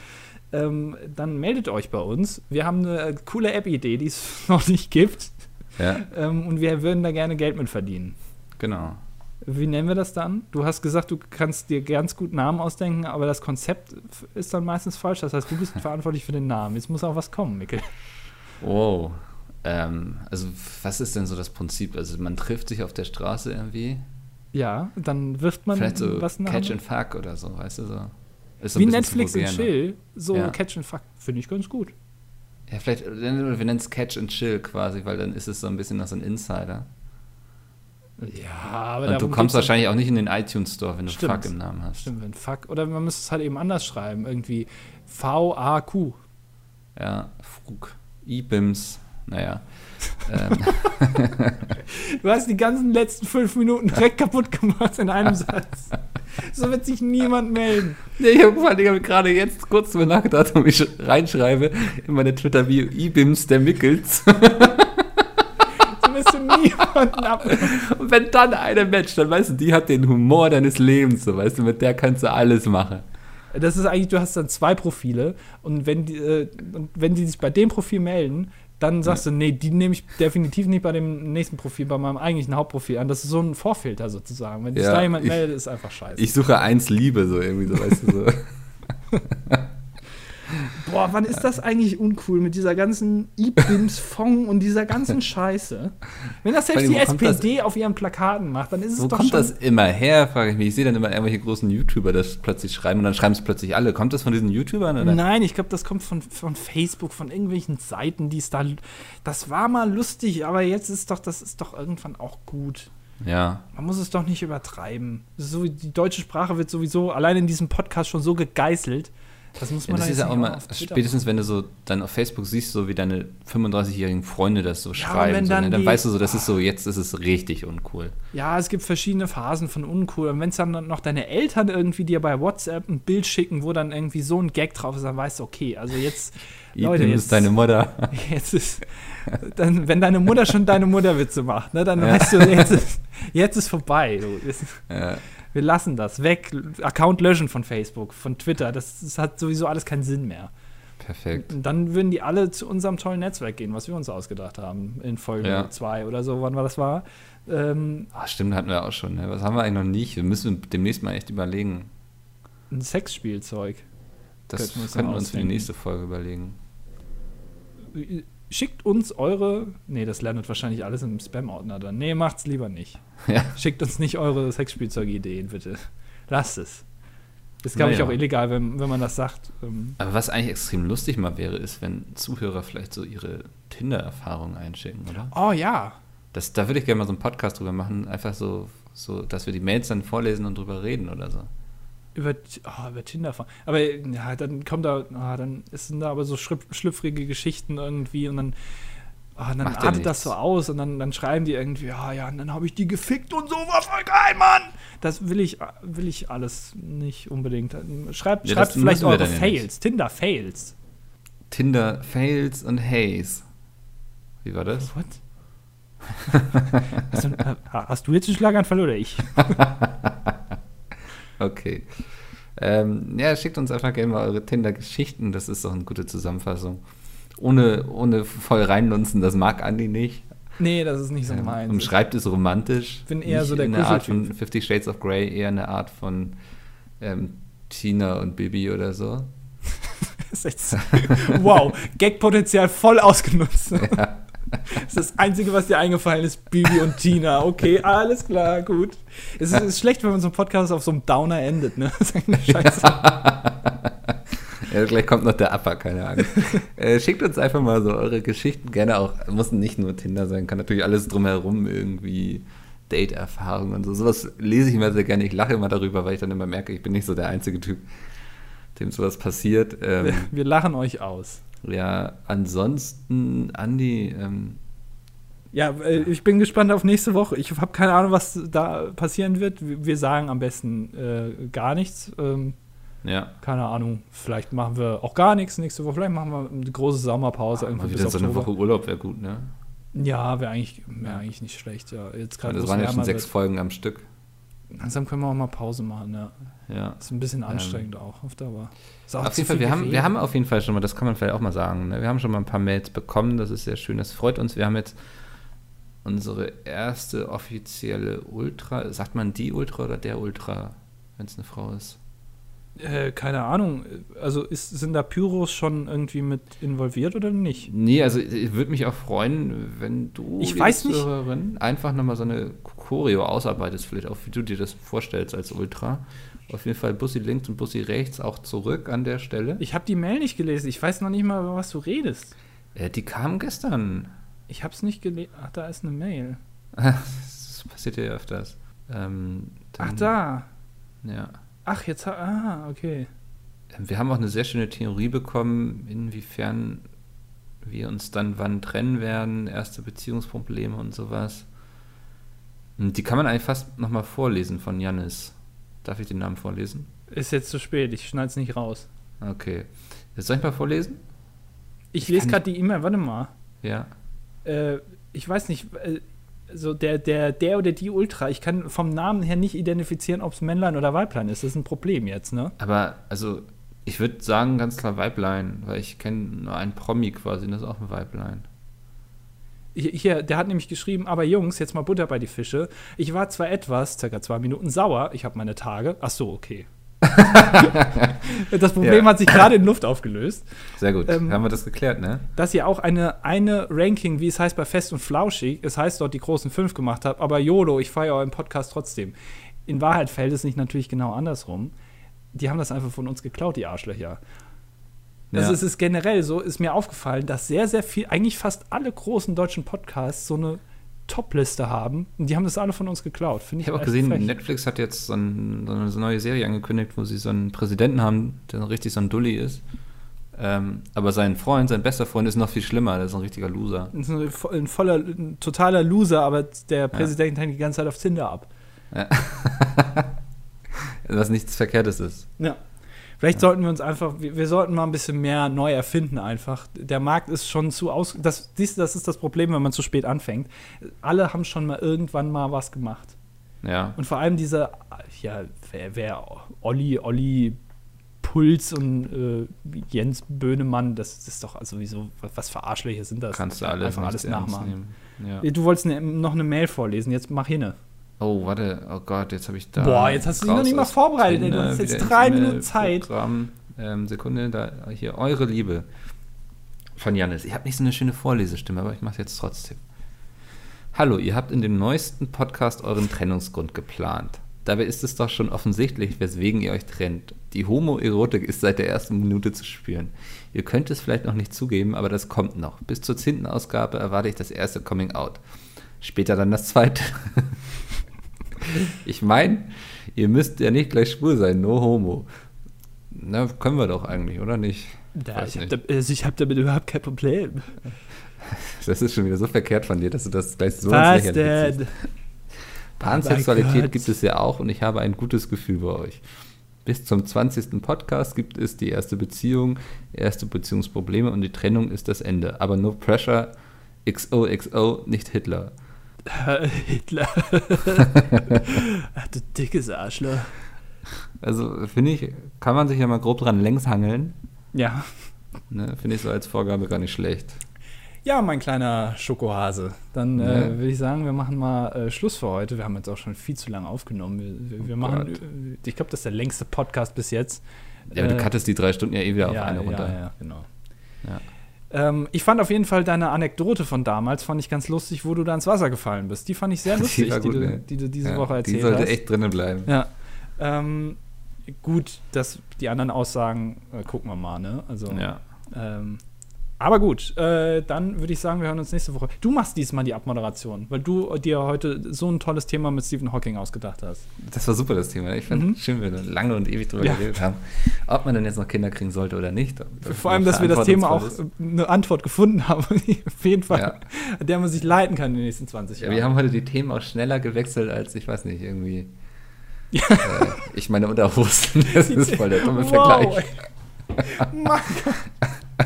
Speaker 3: ähm, dann meldet euch bei uns. Wir haben eine äh, coole App-Idee, die es noch nicht gibt.
Speaker 1: Ja,
Speaker 3: Ähm, und wir würden da gerne Geld mit verdienen.
Speaker 1: genau.
Speaker 3: Wie nennen wir das dann? Du hast gesagt, du kannst dir ganz gut Namen ausdenken, aber das Konzept f- ist dann meistens falsch. Das heißt, du bist verantwortlich für den Namen. Jetzt muss auch was kommen, Mikkel.
Speaker 1: Wow. Ähm, also, was ist denn so das Prinzip? Also, man trifft sich auf der Straße irgendwie.
Speaker 3: Ja, dann wirft man
Speaker 1: Vielleicht so
Speaker 3: was nach.
Speaker 1: Catch and Fuck oder so, weißt du so. Ist so ein
Speaker 3: Wie
Speaker 1: bisschen ne?
Speaker 3: Netflix
Speaker 1: zu
Speaker 3: und
Speaker 1: moderner.
Speaker 3: Chill, so
Speaker 1: Ja.
Speaker 3: Catch and Fuck, finde ich ganz gut.
Speaker 1: Ja, vielleicht, oder wir nennen es Catch and Chill quasi, weil dann ist es so ein bisschen noch so ein Insider.
Speaker 3: Ja, Ah, aber
Speaker 1: Und du
Speaker 3: darum
Speaker 1: kommst
Speaker 3: geht's
Speaker 1: wahrscheinlich auch nicht in den iTunes Store, wenn du
Speaker 3: Stimmt.
Speaker 1: Fuck im Namen
Speaker 3: ja-
Speaker 1: hast.
Speaker 3: Stimmt, wenn Fuck. Oder man müsste es halt eben anders schreiben. Irgendwie V-A-Q.
Speaker 1: Ja, Frug. E-Bims, naja. ähm,
Speaker 3: Du hast die ganzen letzten fünf Minuten direkt kaputt gemacht in einem Satz. So wird sich niemand melden.
Speaker 1: nee, ich habe hab gerade jetzt kurz drüber nachgedacht, ob ich reinschreibe in meine Twitter-Bio E-Bims der Mickels.
Speaker 3: So wirst du niemanden ab.
Speaker 1: Und wenn dann einer matcht, dann weißt du, die hat den Humor deines Lebens, so weißt du, mit der kannst du alles machen.
Speaker 3: Das ist eigentlich, du hast dann zwei Profile und wenn die, äh, und wenn die sich bei dem Profil melden, dann sagst du, nee, die nehme ich definitiv nicht bei dem nächsten Profil, bei meinem eigentlichen Hauptprofil an. Das ist so ein Vorfilter sozusagen. Wenn sich
Speaker 1: Ja,
Speaker 3: da jemand
Speaker 1: ich-
Speaker 3: meldet, ist einfach scheiße.
Speaker 1: Ich suche eins Liebe, so irgendwie, so weißt du, so.
Speaker 3: Boah, wann ist das eigentlich uncool mit dieser ganzen IBIMS-Fong und dieser ganzen Scheiße? Wenn das selbst
Speaker 1: Vor allem,
Speaker 3: die
Speaker 1: wo kommt das-
Speaker 3: SPD auf ihren Plakaten macht, dann ist es
Speaker 1: Wo
Speaker 3: doch
Speaker 1: kommt
Speaker 3: schon
Speaker 1: das immer her, frage ich mich. Ich sehe dann immer irgendwelche großen YouTuber das plötzlich schreiben und dann schreiben es plötzlich alle. Kommt das von diesen YouTubern? Oder?
Speaker 3: Nein, ich glaube, das kommt von, von Facebook, von irgendwelchen Seiten, die es da. Das war mal lustig, aber jetzt ist doch, das ist doch irgendwann auch gut.
Speaker 1: Ja.
Speaker 3: Man muss es doch nicht übertreiben. So, die deutsche Sprache wird sowieso allein in diesem Podcast schon so gegeißelt. Das muss
Speaker 1: Ja,
Speaker 3: man
Speaker 1: das
Speaker 3: da jetzt
Speaker 1: ist ja
Speaker 3: nicht
Speaker 1: auch mal,
Speaker 3: auf Twitter
Speaker 1: spätestens wenn du so dann auf Facebook siehst, so wie deine 35-jährigen Freunde das so
Speaker 3: Ja, und
Speaker 1: schreiben,
Speaker 3: wenn
Speaker 1: so,
Speaker 3: dann
Speaker 1: ne, dann
Speaker 3: die-
Speaker 1: weißt du so, das ist so, jetzt ist es richtig uncool.
Speaker 3: Ja, es gibt verschiedene Phasen von uncool. Und wenn es dann noch deine Eltern irgendwie dir bei WhatsApp ein Bild schicken, wo dann irgendwie so ein Gag drauf ist, dann weißt du, okay, also jetzt, Leute,
Speaker 1: Eben
Speaker 3: jetzt,
Speaker 1: ist deine Mutter.
Speaker 3: jetzt ist, dann, wenn deine Mutter schon deine Mutterwitze macht, ne, dann
Speaker 1: Ja.
Speaker 3: weißt du, jetzt ist, jetzt ist vorbei. Du. Es-
Speaker 1: Ja.
Speaker 3: Wir lassen das weg. Account löschen von Facebook, von Twitter. Das, das hat sowieso alles keinen Sinn mehr.
Speaker 1: Perfekt.
Speaker 3: Und dann würden die alle zu unserem tollen Netzwerk gehen, was wir uns ausgedacht haben in Folge
Speaker 1: Ja.
Speaker 3: 2 oder so, wann war das war. Ähm,
Speaker 1: Ah, stimmt, hatten wir auch schon. Ne? Was haben wir eigentlich noch nicht? Wir müssen demnächst mal echt überlegen.
Speaker 3: ein Sexspielzeug.
Speaker 1: Das
Speaker 3: Könnten wir uns
Speaker 1: könnten
Speaker 3: noch
Speaker 1: wir uns für die
Speaker 3: ausdenken.
Speaker 1: nächste Folge überlegen.
Speaker 3: Schickt uns eure. Nee, das landet wahrscheinlich alles im Spam-Ordner dann. Nee, macht's lieber nicht.
Speaker 1: Ja.
Speaker 3: Schickt uns nicht eure Sexspielzeug-Ideen, bitte. Lasst es. Ist, glaube ich,
Speaker 1: Naja.
Speaker 3: auch illegal, wenn, wenn man das sagt. Ähm,
Speaker 1: Aber was eigentlich extrem lustig mal wäre, ist, wenn Zuhörer vielleicht so ihre Tinder-Erfahrung einschicken, oder?
Speaker 3: oh ja.
Speaker 1: Das, da würde ich gerne mal so einen Podcast drüber machen, einfach so, so, dass wir die Mails dann vorlesen und drüber reden oder so.
Speaker 3: Über, oh, über Tinder fahren. Aber ja, dann kommt da, ah, dann ist da aber so schlüpf- schlüpfrige Geschichten irgendwie und dann, ah, dann
Speaker 1: Macht ja
Speaker 3: artet das
Speaker 1: nichts.
Speaker 3: so aus und dann, dann schreiben die irgendwie, ah ja, und dann habe ich die gefickt und so, war voll geil, Mann! Das will ich, will ich alles nicht unbedingt. Schreibt,
Speaker 1: Ja,
Speaker 3: schreibt
Speaker 1: das
Speaker 3: vielleicht
Speaker 1: müssen wir
Speaker 3: eure
Speaker 1: dann ja
Speaker 3: Fails, Tinder-Fails.
Speaker 1: Tinder, Fails und Hays. Wie war das?
Speaker 3: What? hast, du, äh, hast du jetzt einen Schlaganfall oder ich?
Speaker 1: Okay. Ähm, ja, schickt uns einfach gerne mal eure Tinder-Geschichten. Das ist doch eine gute Zusammenfassung. Ohne, ohne voll reinlunzen, das mag Andi nicht.
Speaker 3: Nee, das ist nicht so
Speaker 1: Ähm,
Speaker 3: meins.
Speaker 1: umschreibt es romantisch.
Speaker 3: bin eher
Speaker 1: nicht
Speaker 3: so der
Speaker 1: in einer Art von
Speaker 3: Kuscheltyp.
Speaker 1: Fifty Shades of Grey, eher eine Art von ähm, Tina und Bibi oder so.
Speaker 3: Das ist jetzt, wow, Gag-Potenzial voll ausgenutzt. Das ist das Einzige, was dir eingefallen ist, Bibi und Tina. Okay, alles klar, gut. Es ist, es ist schlecht, wenn man so einen Podcast auf so einem Downer endet, ne? Das ist eigentlich scheiße.
Speaker 1: Ja, gleich kommt noch der Upper, keine Ahnung. äh, schickt uns einfach mal so eure Geschichten, gerne auch, muss nicht nur Tinder sein, kann natürlich alles drumherum irgendwie, Date-Erfahrungen und so, sowas lese ich immer sehr gerne, ich lache immer darüber, weil ich dann immer merke, ich bin nicht so der einzige Typ, dem sowas passiert. Ähm,
Speaker 3: Wir lachen euch aus.
Speaker 1: ja, ansonsten, Andi, ähm,
Speaker 3: Ja, äh, ich bin gespannt auf nächste Woche. Ich habe keine Ahnung, was da passieren wird. Wir wir sagen am besten äh, gar nichts. Ähm,
Speaker 1: ja,
Speaker 3: keine Ahnung. Vielleicht machen wir auch gar nichts nächste Woche. Vielleicht machen wir eine große Sommerpause.
Speaker 1: mal
Speaker 3: Also irgendwie
Speaker 1: wieder
Speaker 3: bis
Speaker 1: so eine
Speaker 3: Oktober.
Speaker 1: Woche Urlaub wäre gut, ne?
Speaker 3: Ja, wäre eigentlich, wär eigentlich nicht schlecht. Ja, jetzt gerade
Speaker 1: Das
Speaker 3: wo's
Speaker 1: waren ja
Speaker 3: wärmer
Speaker 1: schon sechs
Speaker 3: wird.
Speaker 1: Folgen am Stück.
Speaker 3: Langsam können wir auch mal Pause machen. Ja.
Speaker 1: Ja.
Speaker 3: Ist ein bisschen anstrengend auch auf Dauer. Ist auch
Speaker 1: Ähm. Auf
Speaker 3: zu
Speaker 1: jeden Fall,
Speaker 3: viel
Speaker 1: wir haben, wir
Speaker 3: geredet.
Speaker 1: haben auf jeden Fall schon mal, das kann man vielleicht auch mal sagen, ne? wir haben schon mal ein paar Mails bekommen, das ist sehr schön, das freut uns. Wir haben jetzt unsere erste offizielle Ultra, sagt man die Ultra oder der Ultra, wenn es eine Frau ist?
Speaker 3: Äh, keine Ahnung. Also ist, sind da Pyros schon irgendwie mit involviert oder nicht?
Speaker 1: Nee, also ich würde mich auch freuen, wenn du,
Speaker 3: Ich
Speaker 1: liebe
Speaker 3: weiß nicht.
Speaker 1: Zuhörerin, einfach nochmal so eine Choreo ausarbeitest, vielleicht auch, wie du dir das vorstellst als Ultra. Auf jeden Fall Bussi links und Bussi rechts auch zurück an der Stelle.
Speaker 3: Ich habe die Mail nicht gelesen. Ich weiß noch nicht mal, über was du redest.
Speaker 1: Äh, die kamen gestern.
Speaker 3: Ich habe es nicht gelesen. Ach, da ist eine Mail.
Speaker 1: Das passiert ja öfters. Ähm,
Speaker 3: Ach,
Speaker 1: dann-
Speaker 3: da.
Speaker 1: Ja. Ähm,
Speaker 3: Ach, jetzt. ha- Ah, okay.
Speaker 1: Wir haben auch eine sehr schöne Theorie bekommen, inwiefern wir uns dann wann trennen werden, erste Beziehungsprobleme und sowas. Und die kann man eigentlich fast nochmal vorlesen von Jannis. Darf ich den Namen vorlesen?
Speaker 3: Ist jetzt zu spät. Ich schneide es nicht raus.
Speaker 1: Okay. Jetzt soll ich mal vorlesen?
Speaker 3: Ich
Speaker 1: Ich
Speaker 3: lese
Speaker 1: kann-
Speaker 3: gerade die E-Mail. Warte mal.
Speaker 1: Ja.
Speaker 3: Äh, ich weiß nicht. Äh, so der, der, der oder die Ultra. Ich kann vom Namen her nicht identifizieren, ob es Männlein oder Weiblein ist. Das ist ein Problem jetzt, ne?
Speaker 1: Aber, also, ich würde sagen ganz klar Weiblein, weil ich kenne nur einen Promi quasi und das ist auch ein Weiblein.
Speaker 3: Hier- Hier, der hat nämlich geschrieben, aber Jungs, jetzt mal Butter bei die Fische. Ich war zwar etwas, circa zwei Minuten sauer, ich habe meine Tage. Ach so, okay. das Problem
Speaker 1: Ja.
Speaker 3: hat sich gerade in Luft aufgelöst,
Speaker 1: Sehr gut.
Speaker 3: Ähm,
Speaker 1: haben wir das geklärt, ne?
Speaker 3: dass ihr auch eine, eine Ranking, wie es heißt bei Fest und Flauschig, es heißt dort die großen fünf gemacht habt, aber YOLO, ich feiere euren Podcast trotzdem. In Wahrheit fällt es nicht natürlich genau andersrum. Die haben das einfach von uns geklaut, die Arschlöcher. Also
Speaker 1: Ja.
Speaker 3: es ist generell so, ist mir aufgefallen, dass sehr, sehr viel, eigentlich fast alle großen deutschen Podcasts so eine Top-Liste haben. Und die haben das alle von uns geklaut. Finde ich
Speaker 1: Ich habe auch
Speaker 3: echt
Speaker 1: gesehen, ne-
Speaker 3: frech.
Speaker 1: Netflix hat jetzt so, ein, so eine so eine neue Serie angekündigt, wo sie so einen Präsidenten haben, der so richtig so ein Dulli ist. Ähm, aber sein Freund, sein bester Freund ist noch viel schlimmer, der ist ein richtiger Loser.
Speaker 3: Das ist ein, vo- ein voller, ein totaler Loser, aber der Präsident hängt die ganze Zeit auf Tinder ab.
Speaker 1: Was nichts Verkehrtes ist.
Speaker 3: Ja. Vielleicht sollten wir uns einfach, wir, wir sollten mal ein bisschen mehr neu erfinden einfach. Der Markt ist schon zu aus. Das, dies, das ist das Problem, wenn man zu spät anfängt. Alle haben schon mal irgendwann mal was gemacht.
Speaker 1: Ja.
Speaker 3: Und vor allem dieser, ja, wer, wer Olli, Olli Puls und äh, Jens Böhnemann, das, das ist doch sowieso, was, was für Arschlöcher sind das?
Speaker 1: Kannst du alles,
Speaker 3: Einfach
Speaker 1: nicht
Speaker 3: alles
Speaker 1: ernst
Speaker 3: nachmachen.
Speaker 1: nehmen. Ja.
Speaker 3: Du wolltest ne, noch eine Mail vorlesen, jetzt mach hinne.
Speaker 1: Oh, warte, oh Gott, jetzt habe ich da.
Speaker 3: Boah, jetzt hast du dich noch
Speaker 1: raus
Speaker 3: nicht mal
Speaker 1: aus
Speaker 3: vorbereitet,
Speaker 1: Tinder,
Speaker 3: ey, du hast jetzt
Speaker 1: wieder ins
Speaker 3: drei Minuten Zeit.
Speaker 1: E-Mail-Programm. Ähm, Sekunde, da, hier, eure Liebe von Janis. Ich habe nicht so eine schöne Vorlesestimme, aber ich mache es jetzt trotzdem. Hallo, ihr habt in dem neuesten Podcast euren Trennungsgrund geplant. Dabei ist es doch schon offensichtlich, weswegen ihr euch trennt. Die Homoerotik ist seit der ersten Minute zu spüren. Ihr könnt es vielleicht noch nicht zugeben, aber das kommt noch. Bis zur zehnten Ausgabe erwarte ich das erste Coming Out. Später dann das zweite. ich meine, ihr müsst ja nicht gleich schwul sein, no homo. Na, können wir doch eigentlich, oder nicht?
Speaker 3: Da,
Speaker 1: Weiß
Speaker 3: ich habe
Speaker 1: nicht.
Speaker 3: da, also ich hab damit überhaupt kein Problem.
Speaker 1: Das ist schon wieder so verkehrt von dir, dass du das gleich so
Speaker 3: Was
Speaker 1: ins Lächerliche ziehst.
Speaker 3: denn? Oh mein
Speaker 1: Pansexualität
Speaker 3: Gott.
Speaker 1: gibt es ja auch und ich habe ein gutes Gefühl bei euch. Bis zum 20. Podcast gibt es die erste Beziehung, erste Beziehungsprobleme und die Trennung ist das Ende. Aber no pressure, XOXO, nicht Hitler.
Speaker 3: Hitler. Ach, du dickes Arschloch.
Speaker 1: Also finde ich, kann man sich ja mal grob dran längs hangeln.
Speaker 3: Ja.
Speaker 1: Ne? Finde ich so als Vorgabe gar nicht schlecht.
Speaker 3: Ja, mein kleiner Schokohase. Dann äh,
Speaker 1: Ja.
Speaker 3: würde ich sagen, wir machen mal äh, Schluss für heute. Wir haben jetzt auch schon viel zu lange aufgenommen. Wir, wir,
Speaker 1: Oh
Speaker 3: wir machen, äh, ich glaube, das ist der längste Podcast bis jetzt.
Speaker 1: Ja, aber
Speaker 3: Äh,
Speaker 1: du cuttest die drei Stunden ja eh wieder auf
Speaker 3: ja,
Speaker 1: eine runter.
Speaker 3: Ja, ja, genau. Ähm, ich fand auf jeden Fall deine Anekdote von damals, fand ich ganz lustig, wo du da ins Wasser gefallen bist. Die fand ich sehr lustig, die,
Speaker 1: war gut,
Speaker 3: du,
Speaker 1: ne?
Speaker 3: die du diese
Speaker 1: Ja,
Speaker 3: Woche erzählt
Speaker 1: Die sollte
Speaker 3: hast.
Speaker 1: echt drinnen bleiben.
Speaker 3: Ja. Ähm, gut, dass die anderen Aussagen, äh, gucken wir mal, ne? Also,
Speaker 1: Ja.
Speaker 3: ähm, Aber gut, äh, dann würde ich sagen, wir hören uns nächste Woche. Du machst diesmal die Abmoderation, weil du dir heute so ein tolles Thema mit Stephen Hawking ausgedacht hast.
Speaker 1: Das war super, das Thema. Ich fand mhm. schön, wenn wir lange und ewig drüber
Speaker 3: Ja.
Speaker 1: geredet haben, ob man denn jetzt noch Kinder kriegen sollte oder nicht. Ob das
Speaker 3: Vor allem, dass wir das Thema auch
Speaker 1: verantwortungsvoll
Speaker 3: äh, eine Antwort gefunden haben, auf jeden Fall, an der man sich leiten kann in den nächsten 20
Speaker 1: ist. Ja,
Speaker 3: Jahren.
Speaker 1: wir haben heute die Themen auch schneller gewechselt als, ich weiß nicht, irgendwie.
Speaker 3: Ja.
Speaker 1: Äh, ich meine Unterhosen. Das ist voll der dumme Vergleich.
Speaker 3: ey. Mann.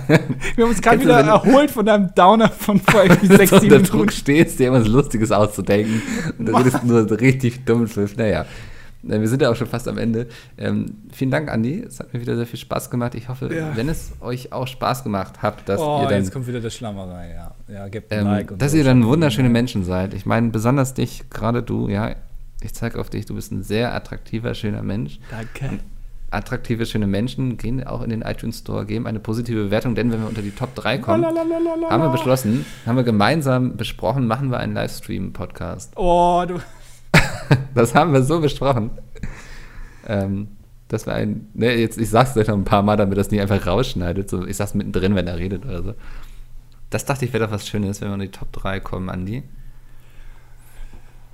Speaker 3: Wir haben uns gerade
Speaker 1: Kennst du,
Speaker 3: wieder
Speaker 1: wenn du-
Speaker 3: erholt von einem Downer von vor irgendwie sechs,
Speaker 1: Wenn du
Speaker 3: sieben
Speaker 1: unter Druck
Speaker 3: Minuten.
Speaker 1: stehst, dir irgendwas Lustiges auszudenken und du redest nur so richtig dummen Pfiff. Naja, Äh, wir sind ja auch schon fast am Ende. Ähm, vielen Dank, Andi. Es hat mir wieder sehr viel Spaß gemacht. Ich hoffe,
Speaker 3: Ja.
Speaker 1: wenn es euch auch Spaß gemacht hat, dass
Speaker 3: Oh,
Speaker 1: ihr dann
Speaker 3: jetzt kommt wieder der Schlammerei, ja. Ja, gebt ein
Speaker 1: ähm,
Speaker 3: Like.
Speaker 1: dass
Speaker 3: so.
Speaker 1: ihr dann wunderschöne Menschen seid. Ich meine, besonders dich, gerade du, ja, ich zeige auf dich, du bist ein sehr attraktiver, schöner Mensch.
Speaker 3: Danke.
Speaker 1: Attraktive, schöne Menschen gehen auch in den iTunes Store, geben eine positive Bewertung, denn wenn wir unter die Top 3 kommen,
Speaker 3: Lalalalala.
Speaker 1: haben wir beschlossen, haben wir gemeinsam besprochen, machen wir einen Livestream-Podcast.
Speaker 3: Oh, du.
Speaker 1: Das haben wir so besprochen. Ähm, das war ein, ne, jetzt, ich sag's gleich noch ein paar Mal, damit das nicht einfach rausschneidet. So, ich sag's mittendrin, wenn er redet oder so. Das dachte ich wäre doch was Schönes, wenn wir in die Top 3 kommen, Andi.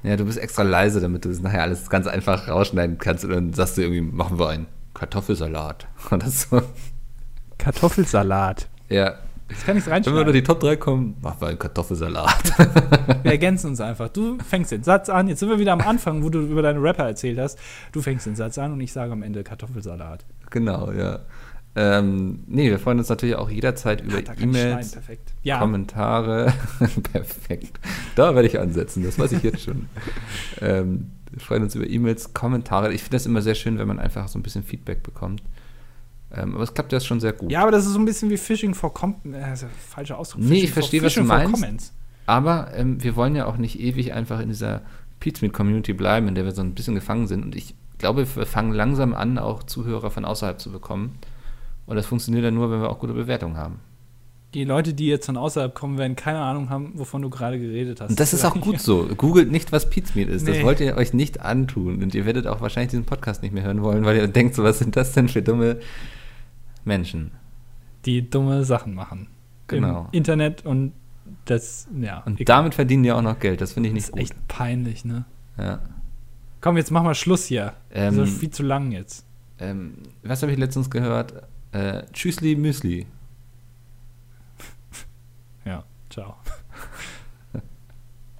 Speaker 1: Ja, du bist extra leise, damit du das nachher alles ganz einfach rausschneiden kannst und dann sagst du irgendwie, machen wir einen Kartoffelsalat. Oder so.
Speaker 3: Kartoffelsalat.
Speaker 1: Ja.
Speaker 3: Jetzt kann ich's
Speaker 1: Wenn wir unter
Speaker 3: reinschneiden.
Speaker 1: die Top 3 kommen, machen wir einen Kartoffelsalat.
Speaker 3: Wir ergänzen uns einfach. Du fängst den Satz an. Jetzt sind wir wieder am Anfang, wo du über deine Rapper erzählt hast. Du fängst den Satz an und ich sage am Ende Kartoffelsalat.
Speaker 1: genau, ja. Ähm, nee, wir freuen uns natürlich auch jederzeit über
Speaker 3: Da kann ich schneiden,
Speaker 1: E-Mails.
Speaker 3: perfekt. Ja,
Speaker 1: Kommentare. Perfekt. Da werde ich ansetzen, das weiß ich jetzt schon. ähm, wir freuen uns über E-Mails, Kommentare. Ich finde das immer sehr schön, wenn man einfach so ein bisschen Feedback bekommt. Ähm, aber es klappt ja schon sehr gut.
Speaker 3: ja, aber das ist so ein bisschen wie Fishing for Comments. Also, falscher Ausdruck.
Speaker 1: Nee, ich
Speaker 3: Fishing for-
Speaker 1: verstehe, was du
Speaker 3: Fishing for
Speaker 1: meinst.
Speaker 3: Comments.
Speaker 1: Aber ähm, wir wollen ja auch nicht ewig einfach in dieser Pizmeet-Community bleiben, in der wir so ein bisschen gefangen sind. Und ich glaube, wir fangen langsam an, auch Zuhörer von außerhalb zu bekommen. Und das funktioniert dann nur, wenn wir auch gute Bewertungen haben.
Speaker 3: Die Leute, die jetzt von außerhalb kommen, werden keine Ahnung haben, wovon du gerade geredet hast.
Speaker 1: Und das ist auch gut so. Googelt nicht, was Pizmeat ist.
Speaker 3: Nee.
Speaker 1: Das wollt ihr euch nicht antun. Und ihr werdet auch wahrscheinlich diesen Podcast nicht mehr hören wollen, weil ihr denkt, so, was sind das denn für dumme Menschen?
Speaker 3: Die dumme Sachen machen.
Speaker 1: Genau.
Speaker 3: Im Internet und das, ja.
Speaker 1: Und
Speaker 3: egal.
Speaker 1: damit verdienen die auch noch Geld. Das finde ich
Speaker 3: das
Speaker 1: nicht
Speaker 3: ist
Speaker 1: gut.
Speaker 3: echt peinlich, ne?
Speaker 1: Ja.
Speaker 3: Komm, jetzt mach mal Schluss hier.
Speaker 1: Ähm,
Speaker 3: das ist viel zu lang jetzt.
Speaker 1: Ähm, was habe ich letztens gehört? Äh, Tschüssli Müsli.
Speaker 3: Ja, ciao.